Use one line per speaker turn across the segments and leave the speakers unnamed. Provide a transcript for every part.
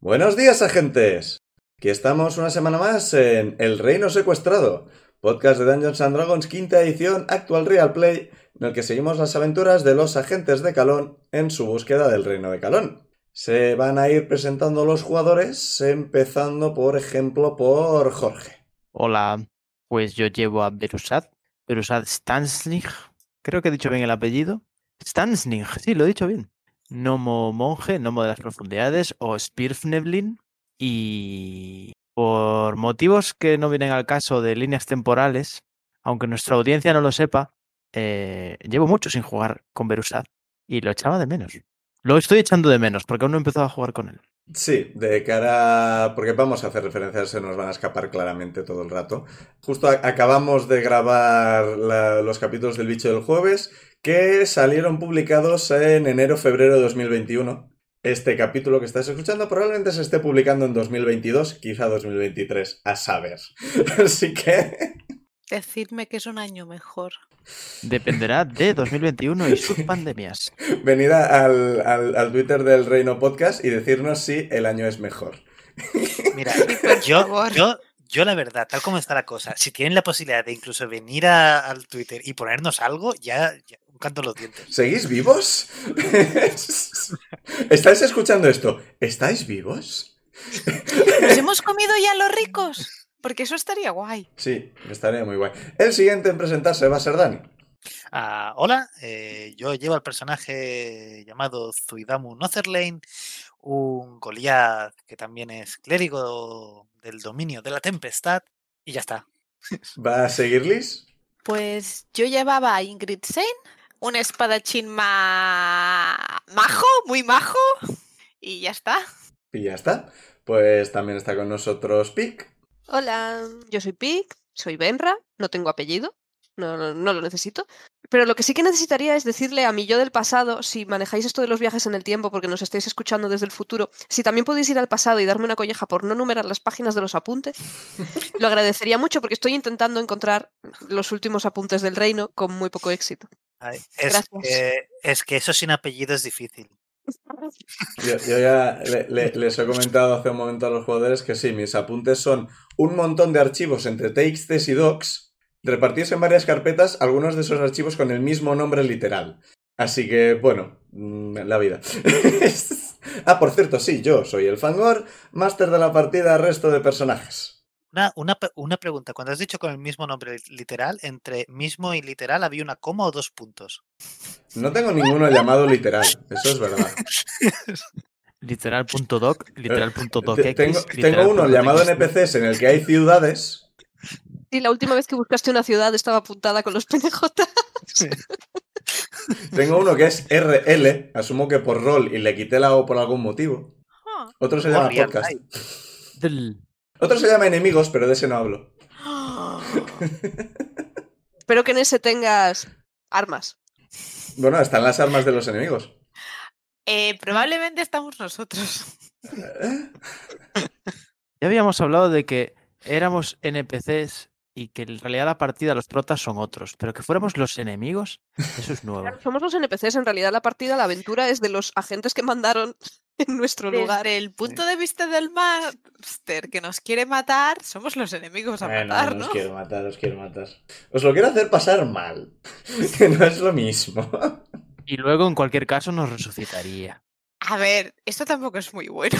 Buenos días, agentes. Aquí estamos una semana más en El Reino Secuestrado, podcast de Dungeons and Dragons quinta edición Actual Real Play, en el que seguimos las aventuras de los agentes de Calón en su búsqueda del Reino de Calón. Se van a ir presentando los jugadores, empezando por ejemplo por Jorge.
Hola, pues yo llevo a Berusad, Berusad Stansnig, creo que he dicho bien el apellido. Stansnig, sí, lo he dicho bien. Nomo Monje, Nomo de las Profundidades o Spirfneblin. Y por motivos que no vienen al caso de líneas temporales, aunque nuestra audiencia no lo sepa, eh, llevo mucho sin jugar con Berusad y lo echaba de menos. Lo estoy echando de menos porque aún no he empezado a jugar con él.
Sí, de cara. Porque vamos a hacer referencias, se nos van a escapar claramente todo el rato. Justo a- acabamos de grabar la- los capítulos del bicho del jueves, que salieron publicados en enero-febrero de 2021. Este capítulo que estás escuchando probablemente se esté publicando en 2022, quizá 2023, a saber. Así que.
Decidme que es un año mejor.
Dependerá de 2021 y sus pandemias.
Venid a- al, al- al Twitter del Reino Podcast y decirnos si el año es mejor.
Mira,
por
yo,
favor.
yo, yo la verdad, tal como está la cosa, si tienen la posibilidad de incluso venir a- al Twitter y ponernos algo, ya, ya un canto en los dientes.
¿Seguís vivos? ¿Estáis escuchando esto? ¿Estáis vivos?
¿Nos hemos comido ya los ricos? Porque eso estaría guay.
Sí, estaría muy guay. El siguiente en presentarse va a ser Dani.
Ah, hola, eh, yo llevo al personaje llamado Zuidamu Notherlane, un Goliath que también es clérigo del dominio de la tempestad, y ya está.
¿Va a seguir Liz?
Pues yo llevaba a Ingrid Sein, un espadachín ma... majo, muy majo, y ya está.
Y ya está. Pues también está con nosotros Pic.
Hola, yo soy Pic, soy Benra, no tengo apellido, no, no- no lo necesito. Pero lo que sí que necesitaría es decirle a mi yo del pasado, si manejáis esto de los viajes en el tiempo porque nos estáis escuchando desde el futuro, si también podéis ir al pasado y darme una colleja por no numerar las páginas de los apuntes, lo agradecería mucho porque estoy intentando encontrar los últimos apuntes del reino con muy poco éxito.
Ay, Es
Gracias.
que, es que eso sin apellido es difícil.
Yo, yo ya le- le- les he comentado hace un momento a los jugadores que sí, mis apuntes son un montón de archivos entre TXTs y docs, repartidos en varias carpetas, algunos de esos archivos con el mismo nombre literal. Así que, bueno, mm, la vida. ah, por cierto, sí, yo soy el Fangor, máster de la partida, resto de personajes.
Una, una, pe- una pregunta, cuando has dicho con el mismo nombre li- literal, entre mismo y literal había una coma o dos puntos.
No tengo ninguno llamado literal, eso es verdad.
Literal.doc, literal.doc.
Eh, Te- Tengo, tengo uno llamado NPCs en el que hay ciudades.
Sí, la última vez que buscaste una ciudad estaba apuntada con los PNJ.
Tengo uno que es RL, asumo que por rol y le quité la O por algún motivo.
Ah.
Otro se llama
Guardian,
podcast.
ay.
Otro se llama enemigos, pero de ese no hablo.
Espero que en ese tengas armas.
Bueno, están las armas de los enemigos.
Eh, probablemente estamos nosotros.
¿Eh?
Ya habíamos hablado de que éramos NPCs y que en realidad la partida, los protas son otros, pero que fuéramos los enemigos, eso es nuevo.
Claro, somos los NPCs, en realidad la partida, la aventura es de los agentes que mandaron en nuestro lugar.
Desde el punto de vista del máster que nos quiere matar, somos los enemigos a matar, ¿no?
quiero matar, os quiero matar. Os lo quiero hacer pasar mal. Que no es lo mismo.
Y luego, en cualquier caso, nos resucitaría.
A ver, esto tampoco es muy bueno.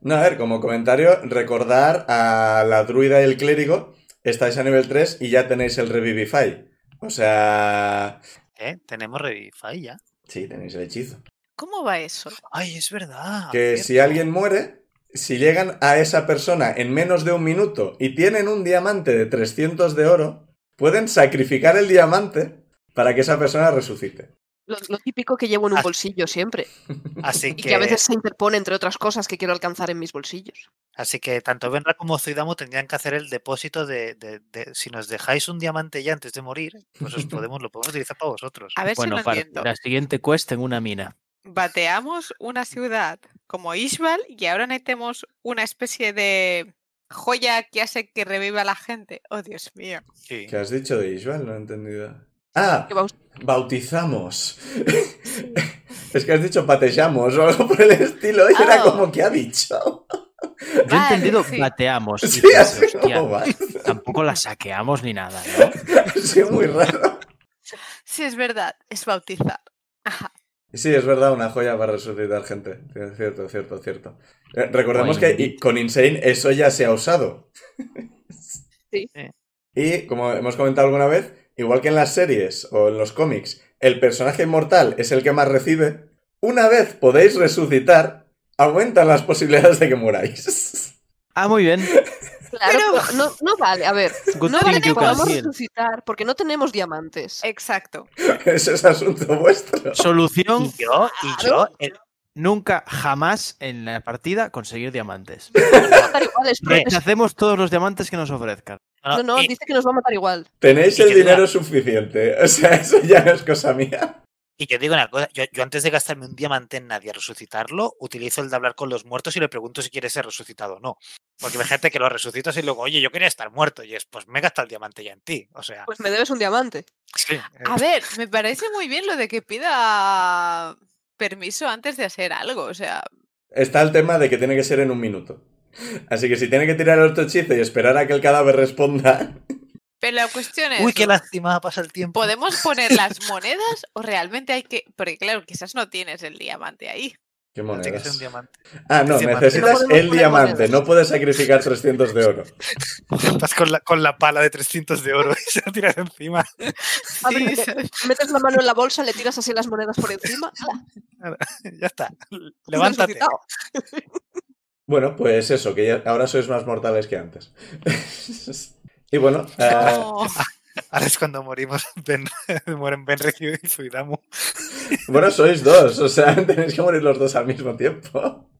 No, a ver, como comentario, recordar a la druida y el clérigo. Estáis a nivel 3 y ya tenéis el Revivify. O sea.
¿Eh? Tenemos Revivify ya.
Sí, tenéis el hechizo.
¿Cómo va eso?
Ay, es verdad.
que si
Ah, cierto.
alguien muere, si llegan a esa persona en menos de un minuto y tienen un diamante de 300 de oro, pueden sacrificar el diamante para que esa persona resucite.
Lo, lo típico que llevo en un
Ah.
bolsillo siempre.
Así
Y
que,
que a veces se interpone entre otras cosas que quiero alcanzar en mis bolsillos.
así que tanto Benra como Zoidamo tendrían que hacer el depósito de, de- de- si nos dejáis un diamante ya antes de morir, pues os podemos, lo podemos utilizar para vosotros.
A ver
Bueno,
si lo
para
entiendo.
la siguiente cuesta en una mina.
Bateamos una ciudad como Ishbal y ahora necesitamos una especie de joya que hace que reviva a la gente. Oh, Dios mío.
Sí.
¿Qué has dicho de Ishbal? No he entendido. Ah,
Que vamos-
bautizamos. es que has dicho patejamos o algo por el estilo y era
Ah.
como que ha dicho.
Yo he
Vale,
entendido
sí.
bateamos. y
Sí,
pensé,
así
"Hostia,
como va.
tampoco la saqueamos ni nada, ¿no?
Ha sido muy raro.
Sí, es verdad, es bautizar. Ajá.
Y Sí, es verdad, una joya para resucitar gente. Cierto, cierto, cierto. Eh, Recordemos
Joder.
que y- con Insane eso ya se ha usado.
Sí.
Eh.
Y como hemos comentado alguna vez, igual que en las series o en los cómics, el personaje inmortal es el que más recibe. Una vez podéis resucitar, aumentan las posibilidades de que muráis.
Ah, muy bien.
Claro,
Pero-
pero no, no vale. A ver,
Good
no
thing
vale que
you can
podamos
heal.
resucitar porque no tenemos diamantes.
Exacto.
Eso es asunto vuestro.
Solución,
Y yo, y yo, eh,
nunca, jamás en la partida conseguir diamantes.
Nos va a matar igual, es- es-
Rechacemos todos los diamantes que nos ofrezcan.
no, no,
y-
dice que nos va a matar igual.
Tenéis
Y
el
que dura.
dinero suficiente. O sea, eso ya no es cosa mía.
Y yo digo una cosa, yo, yo antes de gastarme un diamante en nadie a resucitarlo, utilizo el de hablar con los muertos y le pregunto si quiere ser resucitado o no. Porque imagínate que lo resucitas y luego, oye, yo quería estar muerto, y es, pues me he gastado el diamante ya en ti. O sea,
Pues me debes un diamante.
sí, eh,
A ver, me parece muy bien lo de que pida permiso antes de hacer algo. O sea,
Está el tema de que tiene que ser en un minuto. Así que si tiene que tirar otro hechizo y esperar a que el cadáver responda,
pero la cuestión es,
uy, qué lástima, pasa el tiempo.
¿podemos poner las monedas o realmente hay que...? Porque claro, quizás no tienes el diamante ahí.
¿Qué
No tiene que
monedas?
ser un diamante.
ah, no,
diamante.
No
necesitas
podemos
el
poner
diamante,
monedas.
no puedes sacrificar 300 de oro.
Estás con la, con la pala de 300 de oro y se la tiras encima.
A
Sí,
ver,
sí.
Metes la mano en la bolsa, le tiras así las monedas por encima. ¡ala!
Ya está. Levántate.
Resucitado.
Bueno, pues eso, que ya- ahora sois más mortales que antes. y bueno, ah,
No.
Ahora es cuando morimos. Ben- mueren Benry y Zuidamu.
bueno, sois dos, o sea, tenéis que morir los dos al mismo tiempo.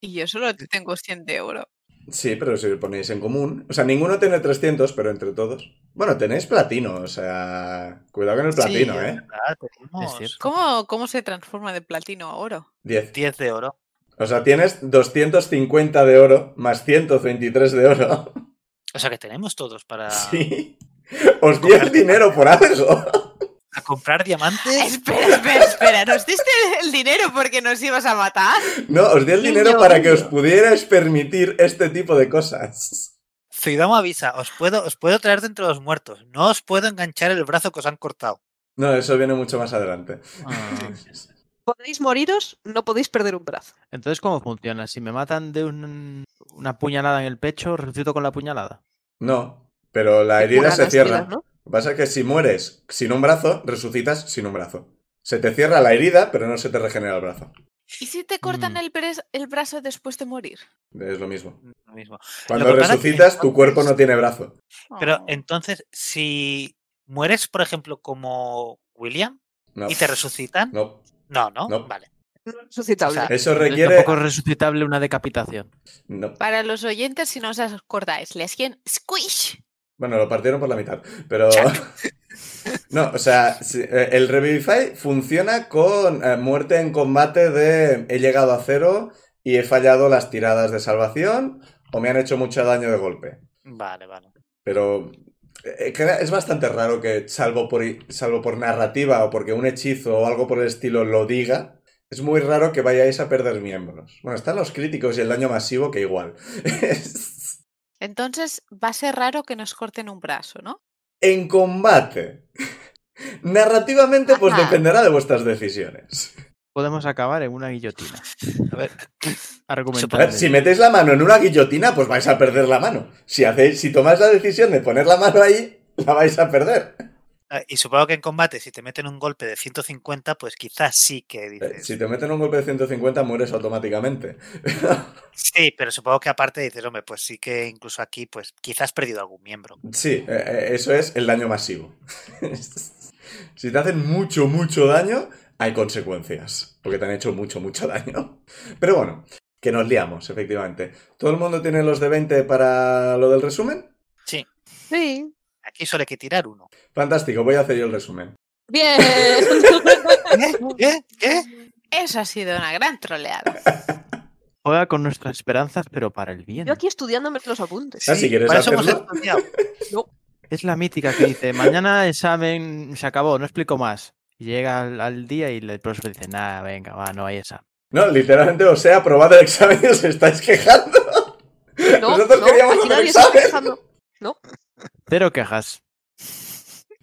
Y yo solo tengo 100 de oro.
Sí, pero si lo ponéis en común. O sea, ninguno tiene 300, pero entre todos. Bueno, tenéis platino, o sea, cuidado con el
Sí.
platino, ¿eh?
Ah, tenemos
cierto.
¿Cómo, ¿Cómo se transforma de platino a oro?
10.
10 de oro.
O sea, tienes 250 de oro más 123 de oro.
O sea que tenemos todos para
Sí. Os di el dinero por algo.
a comprar diamantes.
Espera, espera, espera. ¿Nos diste el dinero porque nos ibas a matar?
No, os di el
Niño,
dinero para que
niño.
os pudierais permitir este tipo de cosas.
Zuidamo avisa, os puedo, os puedo traer de entre los muertos. No os puedo enganchar el brazo que os han cortado.
No, eso viene mucho más adelante.
Ah.
Podéis moriros, no podéis perder un brazo.
Entonces, ¿cómo funciona? Si me matan de un- una puñalada en el pecho, resucito con la puñalada.
No, pero la
Te
herida
curan
se
las
cierra.
heridas, ¿no?
Lo que pasa es que si mueres sin un brazo, resucitas sin un brazo. Se te cierra la herida, pero no se te regenera el brazo.
¿Y si te cortan
Mm.
el, bres- el brazo después de morir?
Es lo mismo.
Lo mismo.
Cuando
Lo que pasa es que
resucitas, tu cuerpo no
entonces-
tiene brazo.
Pero
Oh.
entonces, si mueres, por ejemplo, como William
No.
y te resucitan,
No.
no, no,
No.
vale.
No es resucitable.
O sea,
Eso
Entonces,
requiere.
Tampoco es resucitable una decapitación.
No.
Para los oyentes, si no os acordáis, le hacían squish.
Bueno, lo partieron por la mitad, pero... No, o sea, si- eh, el Revivify funciona con eh, muerte en combate de he llegado a cero y he fallado las tiradas de salvación o me han hecho mucho daño de golpe.
Vale, vale.
Pero eh, que es bastante raro que, salvo por, i- salvo por narrativa o porque un hechizo o algo por el estilo lo diga, es muy raro que vayáis a perder miembros. Bueno, están los críticos y el daño masivo que igual.
Entonces va a ser raro que nos corten un brazo, ¿no?
en combate. Narrativamente, pues
Ajá.
dependerá de vuestras decisiones.
Podemos acabar en una guillotina.
A ver,
A ver,
Argumentar.
si metéis la mano en una guillotina, pues vais a perder la mano. Si hacéis, si tomáis la decisión de poner la mano ahí, la vais a perder.
ah, y supongo que en combate, si te meten un golpe de 150, pues quizás sí que
Eh,
dices.
Si te meten un golpe de 150, mueres automáticamente.
Sí, pero supongo que aparte dices, hombre, pues sí que incluso aquí, pues quizás has perdido algún miembro.
Sí, eh, eh, eso es el daño masivo. Si te hacen mucho, mucho daño, hay consecuencias. Porque te han hecho mucho, mucho daño. Pero bueno, que nos liamos, efectivamente. ¿Todo el mundo tiene los de 20 para lo del resumen?
Sí,
Sí.
aquí solo hay que tirar uno.
Fantástico, voy a hacer yo el resumen.
Bien.
¿Qué? ¿Qué? ¿Qué?
Eso ha sido una gran troleada.
Juega con nuestras esperanzas, pero para el bien.
Yo aquí estudiándome los apuntes.
Ah, si quieres
Para eso hemos
hacerlo.
estudiado.
Es la mítica que dice, mañana examen se acabó, no explico más. Y llega al, al día y el profesor dice, nada, venga, va, no hay esa.
No, literalmente os he aprobado el examen y os estáis quejando.
No,
Nosotros
no,
queríamos
aquí
hacer
nadie se está
examen.
quejando.
Cero quejas.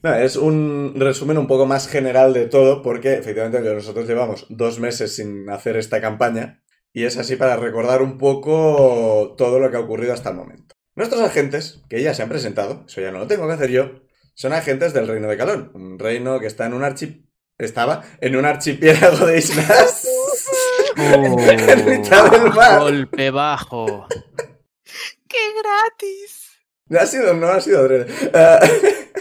No, es un resumen un poco más general de todo, porque efectivamente aunque nosotros llevamos dos meses sin hacer esta campaña, y es así para recordar un poco todo lo que ha ocurrido hasta el momento. Nuestros agentes, que ya se han presentado, eso ya no lo tengo que hacer yo, son agentes del Reino de Calón, un reino que está en un archi... estaba en un archipiélago de islas.
Oh,
mitad del mar.
golpe bajo.
¡Qué gratis!
Ha sido, no ha sido adrede. Ah,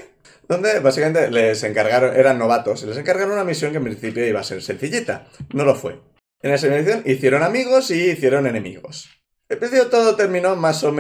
donde básicamente les encargaron, eran novatos, les encargaron una misión que en principio iba a ser sencillita. No lo fue. En esa misión hicieron amigos y hicieron enemigos. En principio todo terminó más o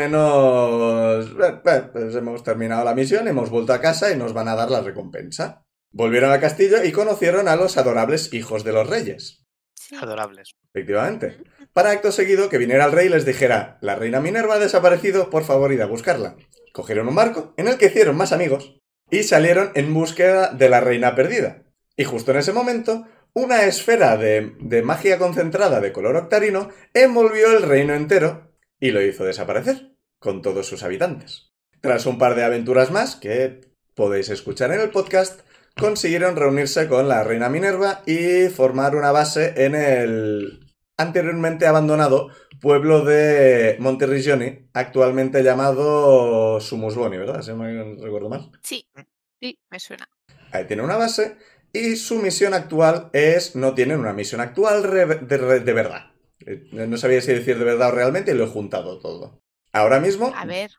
menos... eh, eh, pues hemos terminado la misión, hemos vuelto a casa y nos van a dar la recompensa. Volvieron al castillo y conocieron a los adorables hijos de los reyes.
Sí.
Adorables.
Efectivamente. Para acto seguido, que viniera el rey y les dijera, la reina Minerva ha desaparecido, por favor, id a buscarla. Cogieron un barco, en el que hicieron más amigos, y salieron en búsqueda de la reina perdida. Y justo en ese momento, una esfera de, de magia concentrada de color octarino envolvió el reino entero y lo hizo desaparecer, con todos sus habitantes. Tras un par de aventuras más, que podéis escuchar en el podcast, consiguieron reunirse con la reina Minerva y formar una base en el anteriormente abandonado pueblo de Monterrigioni, actualmente llamado Sumusboni, ¿verdad? Si no me recuerdo mal.
Sí, sí, me suena.
Ahí tiene una base y su misión actual es... No tienen una misión actual re- de, re- de verdad. Eh, No sabía si decir de verdad o realmente y lo he juntado todo. Ahora mismo...
A ver,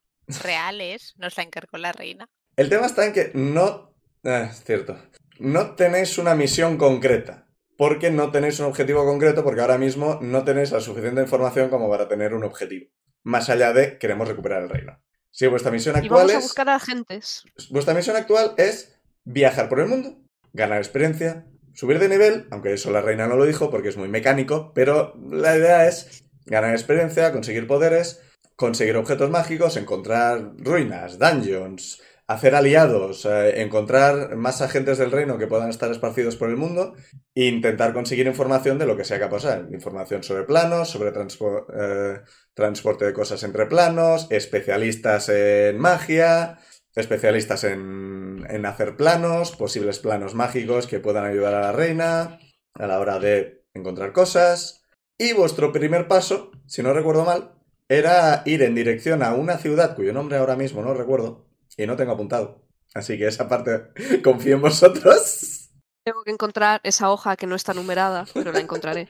reales, nos la encargó la reina.
El tema está en que no... ah, es cierto. No tenéis una misión concreta. Porque no tenéis un objetivo concreto, porque ahora mismo no tenéis la suficiente información como para tener un objetivo. Más allá de queremos recuperar el reino. Si vuestra misión
Y vamos
actual
a
es...
buscar a agentes.
Vuestra misión actual es viajar por el mundo, ganar experiencia, subir de nivel, aunque eso la reina no lo dijo porque es muy mecánico, pero la idea es ganar experiencia, conseguir poderes, conseguir objetos mágicos, encontrar ruinas, dungeons, hacer aliados, eh, encontrar más agentes del reino que puedan estar esparcidos por el mundo e intentar conseguir información de lo que sea que pasar. Información sobre planos, sobre transpo- eh, transporte de cosas entre planos, especialistas en magia, especialistas en, en hacer planos, posibles planos mágicos que puedan ayudar a la reina a la hora de encontrar cosas. Y vuestro primer paso, si no recuerdo mal, era ir en dirección a una ciudad cuyo nombre ahora mismo no recuerdo y no tengo apuntado. Así que esa parte confío en vosotros.
Tengo que encontrar esa hoja que no está numerada, pero la encontraré.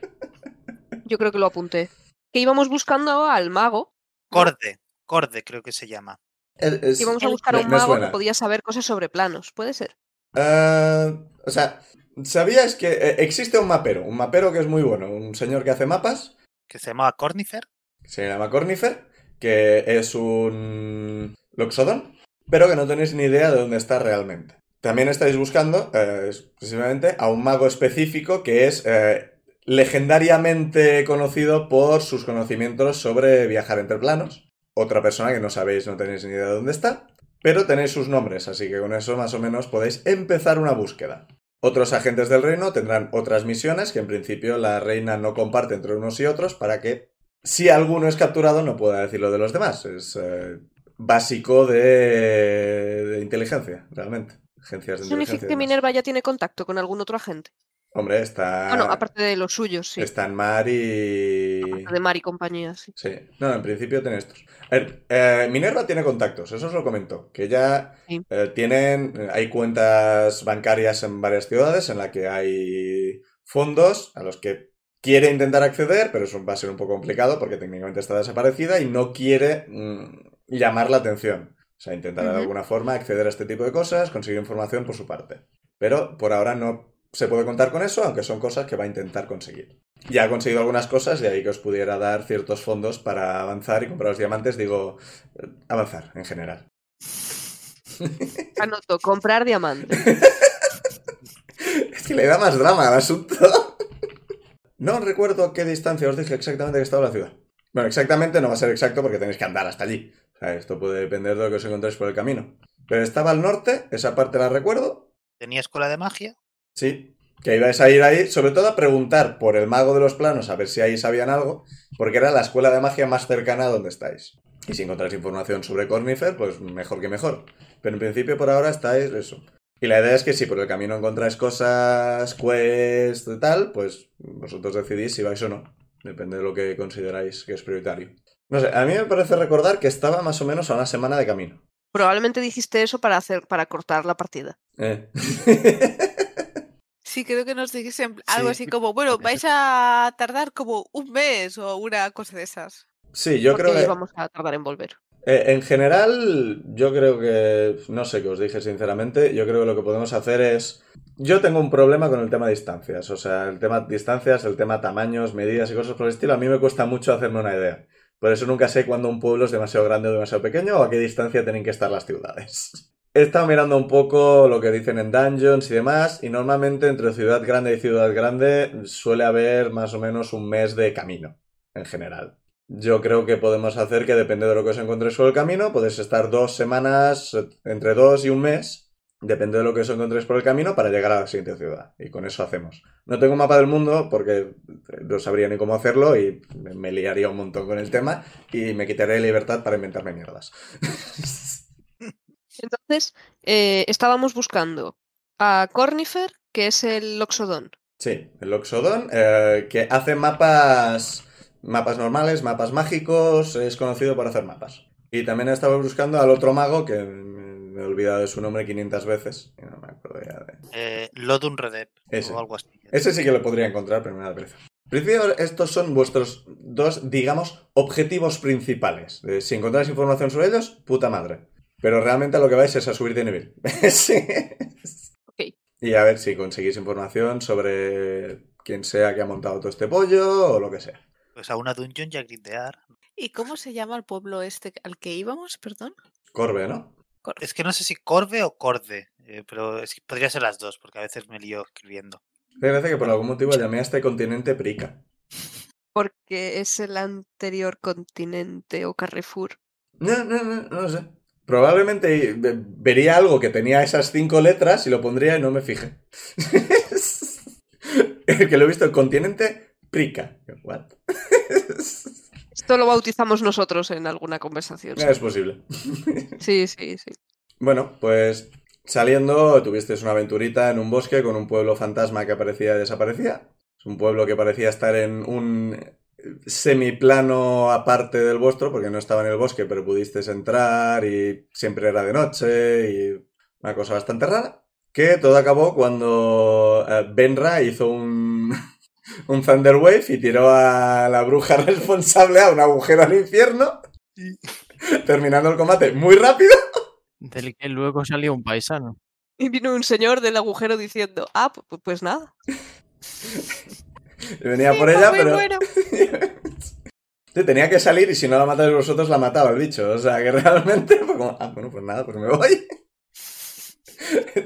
Yo creo que lo apunté. Que íbamos buscando al mago,
Corde, Corde creo que se llama.
Es- es-
íbamos a
El-
buscar a
me-
un
me
mago que
suena.
podía saber cosas sobre planos, puede ser.
Ah, o sea, ¿sabías que eh, existe un mapero? Un mapero que es muy bueno, un señor que hace mapas
Que se llamaba Cornifer.
se llama Cornifer, que es un loxodon, pero que no tenéis ni idea de dónde está realmente. También estáis buscando, eh, exclusivamente, a un mago específico que es eh, legendariamente conocido por sus conocimientos sobre viajar entre planos. Otra persona que no sabéis, no tenéis ni idea de dónde está, pero tenéis sus nombres, así que con eso más o menos podéis empezar una búsqueda. Otros agentes del reino tendrán otras misiones que en principio la reina no comparte entre unos y otros para que si alguno es capturado no pueda decir lo de los demás. Es eh, básico de, de inteligencia, realmente. Agencias de
Significa
inteligencia. y
que
demás.
Minerva ya tiene contacto con algún otro agente.
Hombre, está...
Bueno, aparte de los suyos, sí.
Están Mar y...
De mar y compañía, sí.
Sí. No, en principio tiene estos. A ver, eh, Minerva tiene contactos, eso os lo comento. Que ya
Sí.
eh, tienen... eh, Hay cuentas bancarias en varias ciudades en la que hay fondos a los que quiere intentar acceder, pero eso va a ser un poco complicado porque técnicamente está desaparecida y no quiere mm, llamar la atención. O sea, intentará de
Ujú.
alguna forma acceder a este tipo de cosas, conseguir información por su parte. Pero por ahora no se puede contar con eso, aunque son cosas que va a intentar conseguir. Ya ha conseguido algunas cosas, de ahí que os pudiera dar ciertos fondos para avanzar y comprar los diamantes, digo, eh, avanzar en general.
Anoto, comprar diamantes.
Es que le da más drama al asunto. No recuerdo a qué distancia os dije exactamente que estaba la ciudad. Bueno, exactamente no va a ser exacto porque tenéis que andar hasta allí. O sea, esto puede depender de lo que os encontréis por el camino. Pero estaba al norte, esa parte la recuerdo.
¿Tenía escuela de magia?
Sí. Que ibais a ir ahí, sobre todo a preguntar por el mago de los planos, a ver si ahí sabían algo, porque era la escuela de magia más cercana a donde estáis. Y si encontráis información sobre Cornifer, pues mejor que mejor. Pero en principio por ahora estáis eso. Y la idea es que si por el camino encontráis cosas, quests y tal, pues vosotros decidís si vais o no. Depende de lo que consideráis que es prioritario. No sé, a mí me parece recordar que estaba más o menos a una semana de camino.
Probablemente dijiste eso para hacer, para cortar la partida.
Eh.
Sí, creo que nos dijiste en pl- algo
Sí.
así como, bueno, vais a tardar como un mes o una cosa de esas.
sí, yo
porque
creo que...
vamos a tardar en volver.
Eh, en general, yo creo que, no sé qué os dije sinceramente, yo creo que lo que podemos hacer es... Yo tengo un problema con el tema de distancias, o sea, el tema de distancias, el tema tamaños, medidas y cosas por el estilo, a mí me cuesta mucho hacerme una idea. Por eso nunca sé cuándo un pueblo es demasiado grande o demasiado pequeño o a qué distancia tienen que estar las ciudades. He estado mirando un poco lo que dicen en dungeons y demás, y normalmente entre ciudad grande y ciudad grande suele haber más o menos un mes de camino, en general. Yo creo que podemos hacer que depende de lo que os encontréis por el camino, podéis estar dos semanas, eh, entre dos y un mes, depende de lo que os encontréis por el camino para llegar a la siguiente ciudad. Y con eso hacemos. No tengo un mapa del mundo porque no sabría ni cómo hacerlo y me me liaría un montón con el tema y me quitaré libertad para inventarme mierdas.
Entonces, eh, estábamos buscando a Cornifer, que es el Loxodón.
Sí, el Oxodon, eh, que hace mapas, mapas normales, mapas mágicos, es conocido por hacer mapas. Y también estaba buscando al otro mago, que me he olvidado de su nombre 500 veces, y no me acuerdo ya de...
Eh, Lodun Redep
Ese.
o algo así.
Ese sí que lo podría encontrar, pero me da pereza. Primero, estos son vuestros dos, digamos, objetivos principales. Eh, si encontráis información sobre ellos, puta madre. Pero realmente a lo que vais es a subir de nivel. Sí.
Ok.
Y a ver si conseguís información sobre quién sea que ha montado todo este pollo o lo que sea.
Pues a una dungeon y a grindear.
¿Y cómo se llama el pueblo este al que íbamos, perdón?
Corbe, ¿no?
Es que no sé si Corve o Corde, eh, pero es que podría ser las dos, porque a veces me lío escribiendo.
Me parece que por algún motivo llamé a este continente Prica.
Porque es el anterior continente o Carrefour.
No, no, no, no lo sé. Probablemente eh, vería algo que tenía esas cinco letras y lo pondría y no me fijé. El que lo he visto, el continente Prica. What?
Esto lo bautizamos nosotros en alguna conversación.
No es posible.
Sí, sí, sí.
Bueno, pues saliendo tuvisteis una aventurita en un bosque con un pueblo fantasma que aparecía y desaparecía. Es un pueblo que parecía estar en un eh, semiplano aparte del vuestro, porque no estaba en el bosque, pero pudisteis entrar y siempre era de noche y una cosa bastante rara. Que todo acabó cuando eh, Benra hizo un, un Thunder Wave y tiró a la bruja responsable a un agujero al infierno, terminando el combate muy rápido.
Del que luego salió un paisano.
Y vino un señor del agujero diciendo, ah, pu- pu- pues nada.
Y Venía
Sí,
por
fue
ella,
muy
pero.
bueno.
Sí, tenía que salir y si no la matáis vosotros, la mataba el bicho. O sea, que realmente fue como, ah, bueno, pues nada, pues me voy.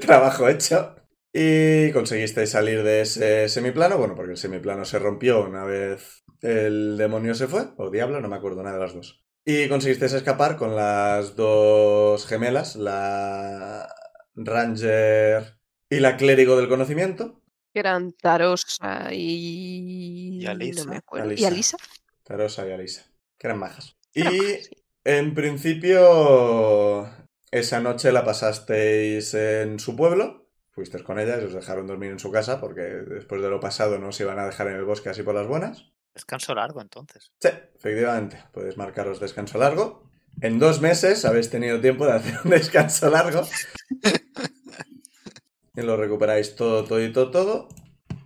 Trabajo hecho. Y conseguisteis salir de ese semiplano, bueno, porque el semiplano se rompió una vez el demonio se fue, o diablo, no me acuerdo una de las dos. Y conseguisteis escapar con las dos gemelas, la Ranger y la Clérigo del Conocimiento.
Que eran Tarosa y...
Y
no me
Alisa,
acuerdo. Y
Alisa.
Alisa.
Tarosa y Alisa, que eran majas.
Eran
Y
majas, sí.
en principio, esa noche la pasasteis en su pueblo. Fuisteis con ellas y os dejaron dormir en su casa porque después de lo pasado no os iban a dejar en el bosque así por las buenas.
Descanso largo, entonces.
Sí, efectivamente. Podéis marcaros descanso largo. En dos meses habéis tenido tiempo de hacer un descanso largo. y lo recuperáis todo, todo y todo, todo.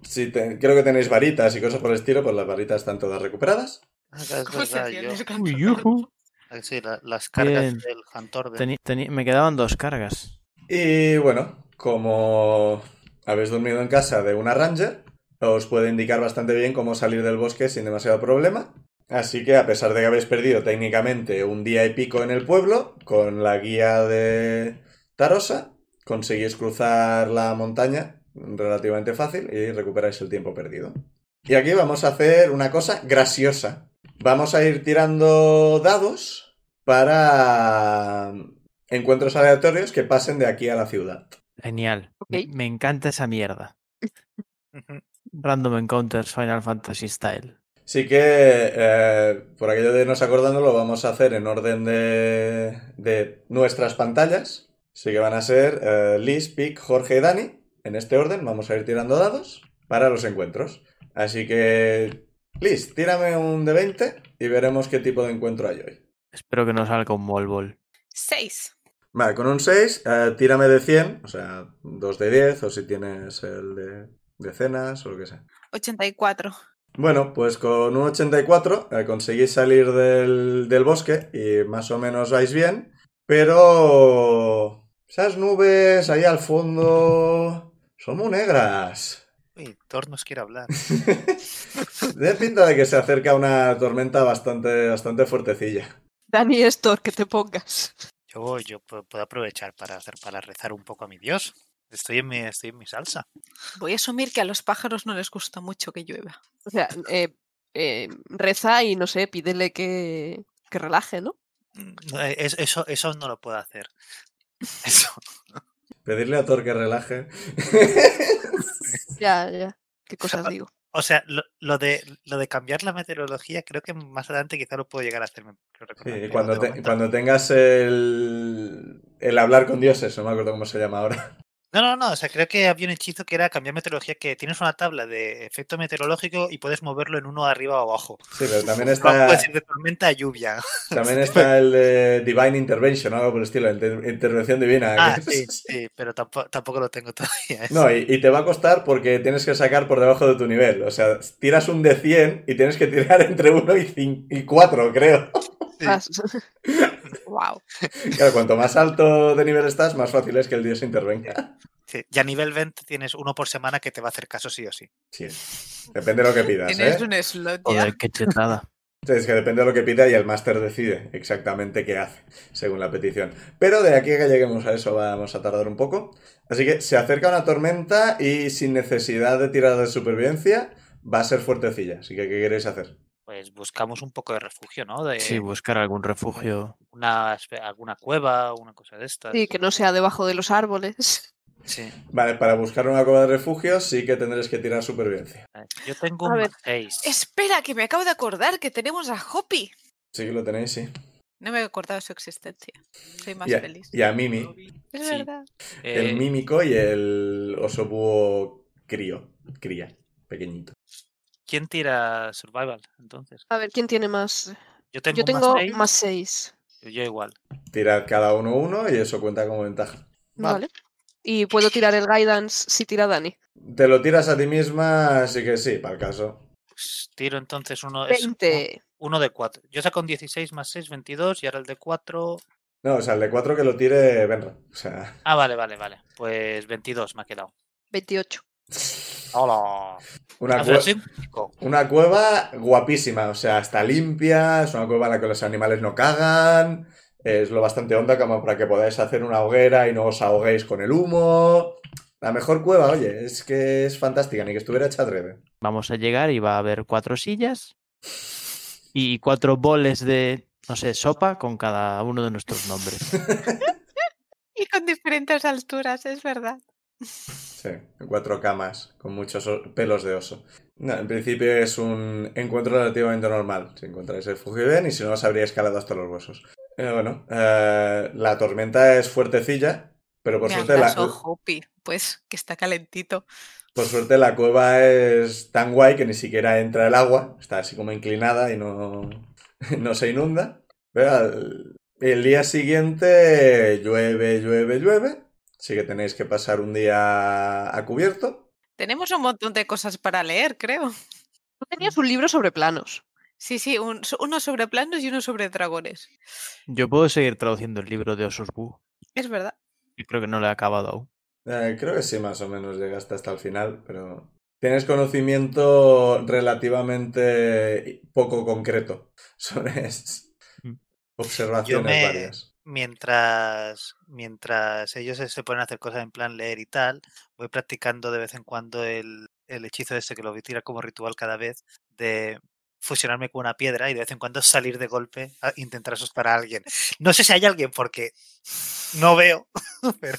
Si te- creo que tenéis varitas y cosas por el estilo, pues las varitas están todas recuperadas.
Ah, claro, es
¿Cómo se
verdad,
hacía el
yo-
descanso?
Uy, yujú.
Ah, Sí, la- las cargas
Bien.
del Hantorden.
Teni- teni- me quedaban dos cargas.
Y bueno, como habéis dormido en casa de una ranger, os puede indicar bastante bien cómo salir del bosque sin demasiado problema. Así que a pesar de que habéis perdido técnicamente un día y pico en el pueblo, con la guía de Tarosa, conseguís cruzar la montaña relativamente fácil y recuperáis el tiempo perdido. Y aquí vamos a hacer una cosa graciosa. Vamos a ir tirando dados para encuentros aleatorios que pasen de aquí a la ciudad.
Genial. Me-
Ok.
Me, encanta esa mierda.
Ujú.
Random Encounters Final Fantasy Style.
Así que, eh, por aquello de irnos acordando, lo vamos a hacer en orden de, de nuestras pantallas. Así que van a ser eh, Liz, Pic, Jorge y Dani. En este orden vamos a ir tirando dados para los encuentros. Así que, Liz, tírame un de 20 y veremos qué tipo de encuentro hay hoy.
Espero que no salga un molbol.
Seis.
Vale, con un 6, tírame de 100, o sea, 2 de 10, o si tienes el de decenas o lo que sea.
84.
Bueno, pues con un 84 eh, conseguís salir del, del bosque y más o menos vais bien, pero esas nubes ahí al fondo son muy negras.
Uy, Thor nos quiere hablar.
De pinta de que se acerca una tormenta bastante, bastante fuertecilla.
Dani Estor, que te pongas.
Yo, yo pu- puedo aprovechar para hacer para rezar un poco a mi Dios. Estoy en mi, estoy en mi salsa.
Voy a asumir que a los pájaros no les gusta mucho que llueva.
O sea, eh, eh, reza y no sé, pídele que, que relaje, ¿no?
Mm, no, eh, es- Eso, eso no lo puedo hacer. Eso.
Pedirle a Thor que relaje.
Ya, ya. ¿Qué cosas digo?
O sea, lo, lo de, lo de cambiar la meteorología, creo que más adelante quizá lo puedo llegar a hacerme.
Sí, y cuando, te- cuando tengas el, el hablar con dioses, no me acuerdo cómo se llama ahora.
No, no, no. O sea, creo que había un hechizo que era cambiar meteorología, que tienes una tabla de efecto meteorológico y puedes moverlo en uno arriba o abajo.
Sí, pero también
No,
está...
Puedes ir de tormenta a lluvia.
También está el de Divine Intervention, algo por el estilo, inter- intervención divina.
Ah, sí, sí, pero tampoco, tampoco lo tengo todavía. eso.
No, y, y te va a costar porque tienes que sacar por debajo de tu nivel. O sea, tiras un de 100 y tienes que tirar entre 1 y, cin- y 4, creo.
Sí.
Ah,
Wow.
Claro, cuanto más alto de nivel estás, más fácil es que el dios intervenga.
Sí, Y a nivel 20 tienes uno por semana que te va a hacer caso sí o sí.
Sí. Depende de lo que pidas, ¿eh?
Tienes un slot ya.
Joder, qué chetada.
Es que depende de lo que pida y el máster decide exactamente qué hace, según la petición. Pero de aquí a que lleguemos a eso vamos a tardar un poco. Así que se acerca una tormenta y sin necesidad de tirar de supervivencia va a ser fuertecilla. Así que, ¿qué queréis hacer?
Pues buscamos un poco de refugio, ¿no? De
Sí, buscar algún refugio.
una espe- alguna cueva, una cosa de estas.
sí, que no sea debajo de los árboles.
Sí. eh,
Vale, para buscar una cueva de refugio sí que tendréis que tirar supervivencia.
A ver, Yo tengo
A
un
ver,
más seis.
Espera, que me acabo de acordar que tenemos a Hoppy.
Sí que lo tenéis, sí.
No me he acordado de su existencia. Soy más
Y a,
feliz.
y a Mimi,
Es
sí.
verdad.
Eh,
el mímico y el oso búho crío, cría, pequeñito.
¿Quién tira Survival entonces?
A ver, ¿quién tiene más?
Yo tengo,
Yo
un
tengo
más seis,
más seis.
Yo igual.
Tirad cada uno uno y eso cuenta como ventaja.
Vale.
Vale. Y puedo tirar el guidance si tira Dani.
Te lo tiras a ti misma, así que sí, para el caso.
Pues tiro entonces uno, es un-
20.
uno de cuatro. Yo saco un 16 más 6, 22 y ahora el de 4.
No, o sea, el de 4 que lo tire Benra. O sea,
Ah, vale, vale, vale. Pues 22 me ha quedado.
28.
¡Hola!
una,
O sea,
cue-
soy un chico.
una cueva guapísima, o sea, está limpia, es una cueva en la que los animales no cagan, es lo bastante honda como para que podáis hacer una hoguera y no os ahoguéis con el humo. La mejor cueva, oye, es que es fantástica, ni que estuviera hecha adrede.
Vamos a llegar y va a haber cuatro sillas y cuatro boles de, no sé, sopa con cada uno de nuestros nombres.
Y con diferentes alturas, es verdad.
Sí, en cuatro camas, con muchos o- pelos de oso. No, en principio es un encuentro relativamente normal. Si encontráis el Fujiben y si no, os habría escalado hasta los huesos. Eh, bueno, eh, la tormenta es fuertecilla, pero por
me
suerte, la,
abrazó Hoppy, pues que está calentito.
por suerte la cueva es tan guay que ni siquiera entra el agua. Está así como inclinada y no, no se inunda. Pero al- el día siguiente llueve, llueve, llueve. Así que tenéis que pasar un día a cubierto.
Tenemos un montón de cosas para leer, creo.
Mm.
Tú tenías un libro sobre planos.
Sí, sí, un- so- uno sobre planos y uno sobre dragones.
Yo puedo seguir traduciendo el libro de Osusbu,
Es verdad.
que creo que no lo he acabado aún.
Eh, creo que sí, más o menos llegaste hasta el final, pero tienes conocimiento relativamente poco concreto sobre es-
Mm.
observaciones
me-
varias.
mientras, mientras ellos se- se ponen a hacer cosas en plan leer y tal, voy practicando de vez en cuando el, el hechizo ese que lo voy a tirar como ritual cada vez de fusionarme con una piedra y de vez en cuando salir de golpe a intentar asustar a alguien. No sé si hay alguien porque no veo, pero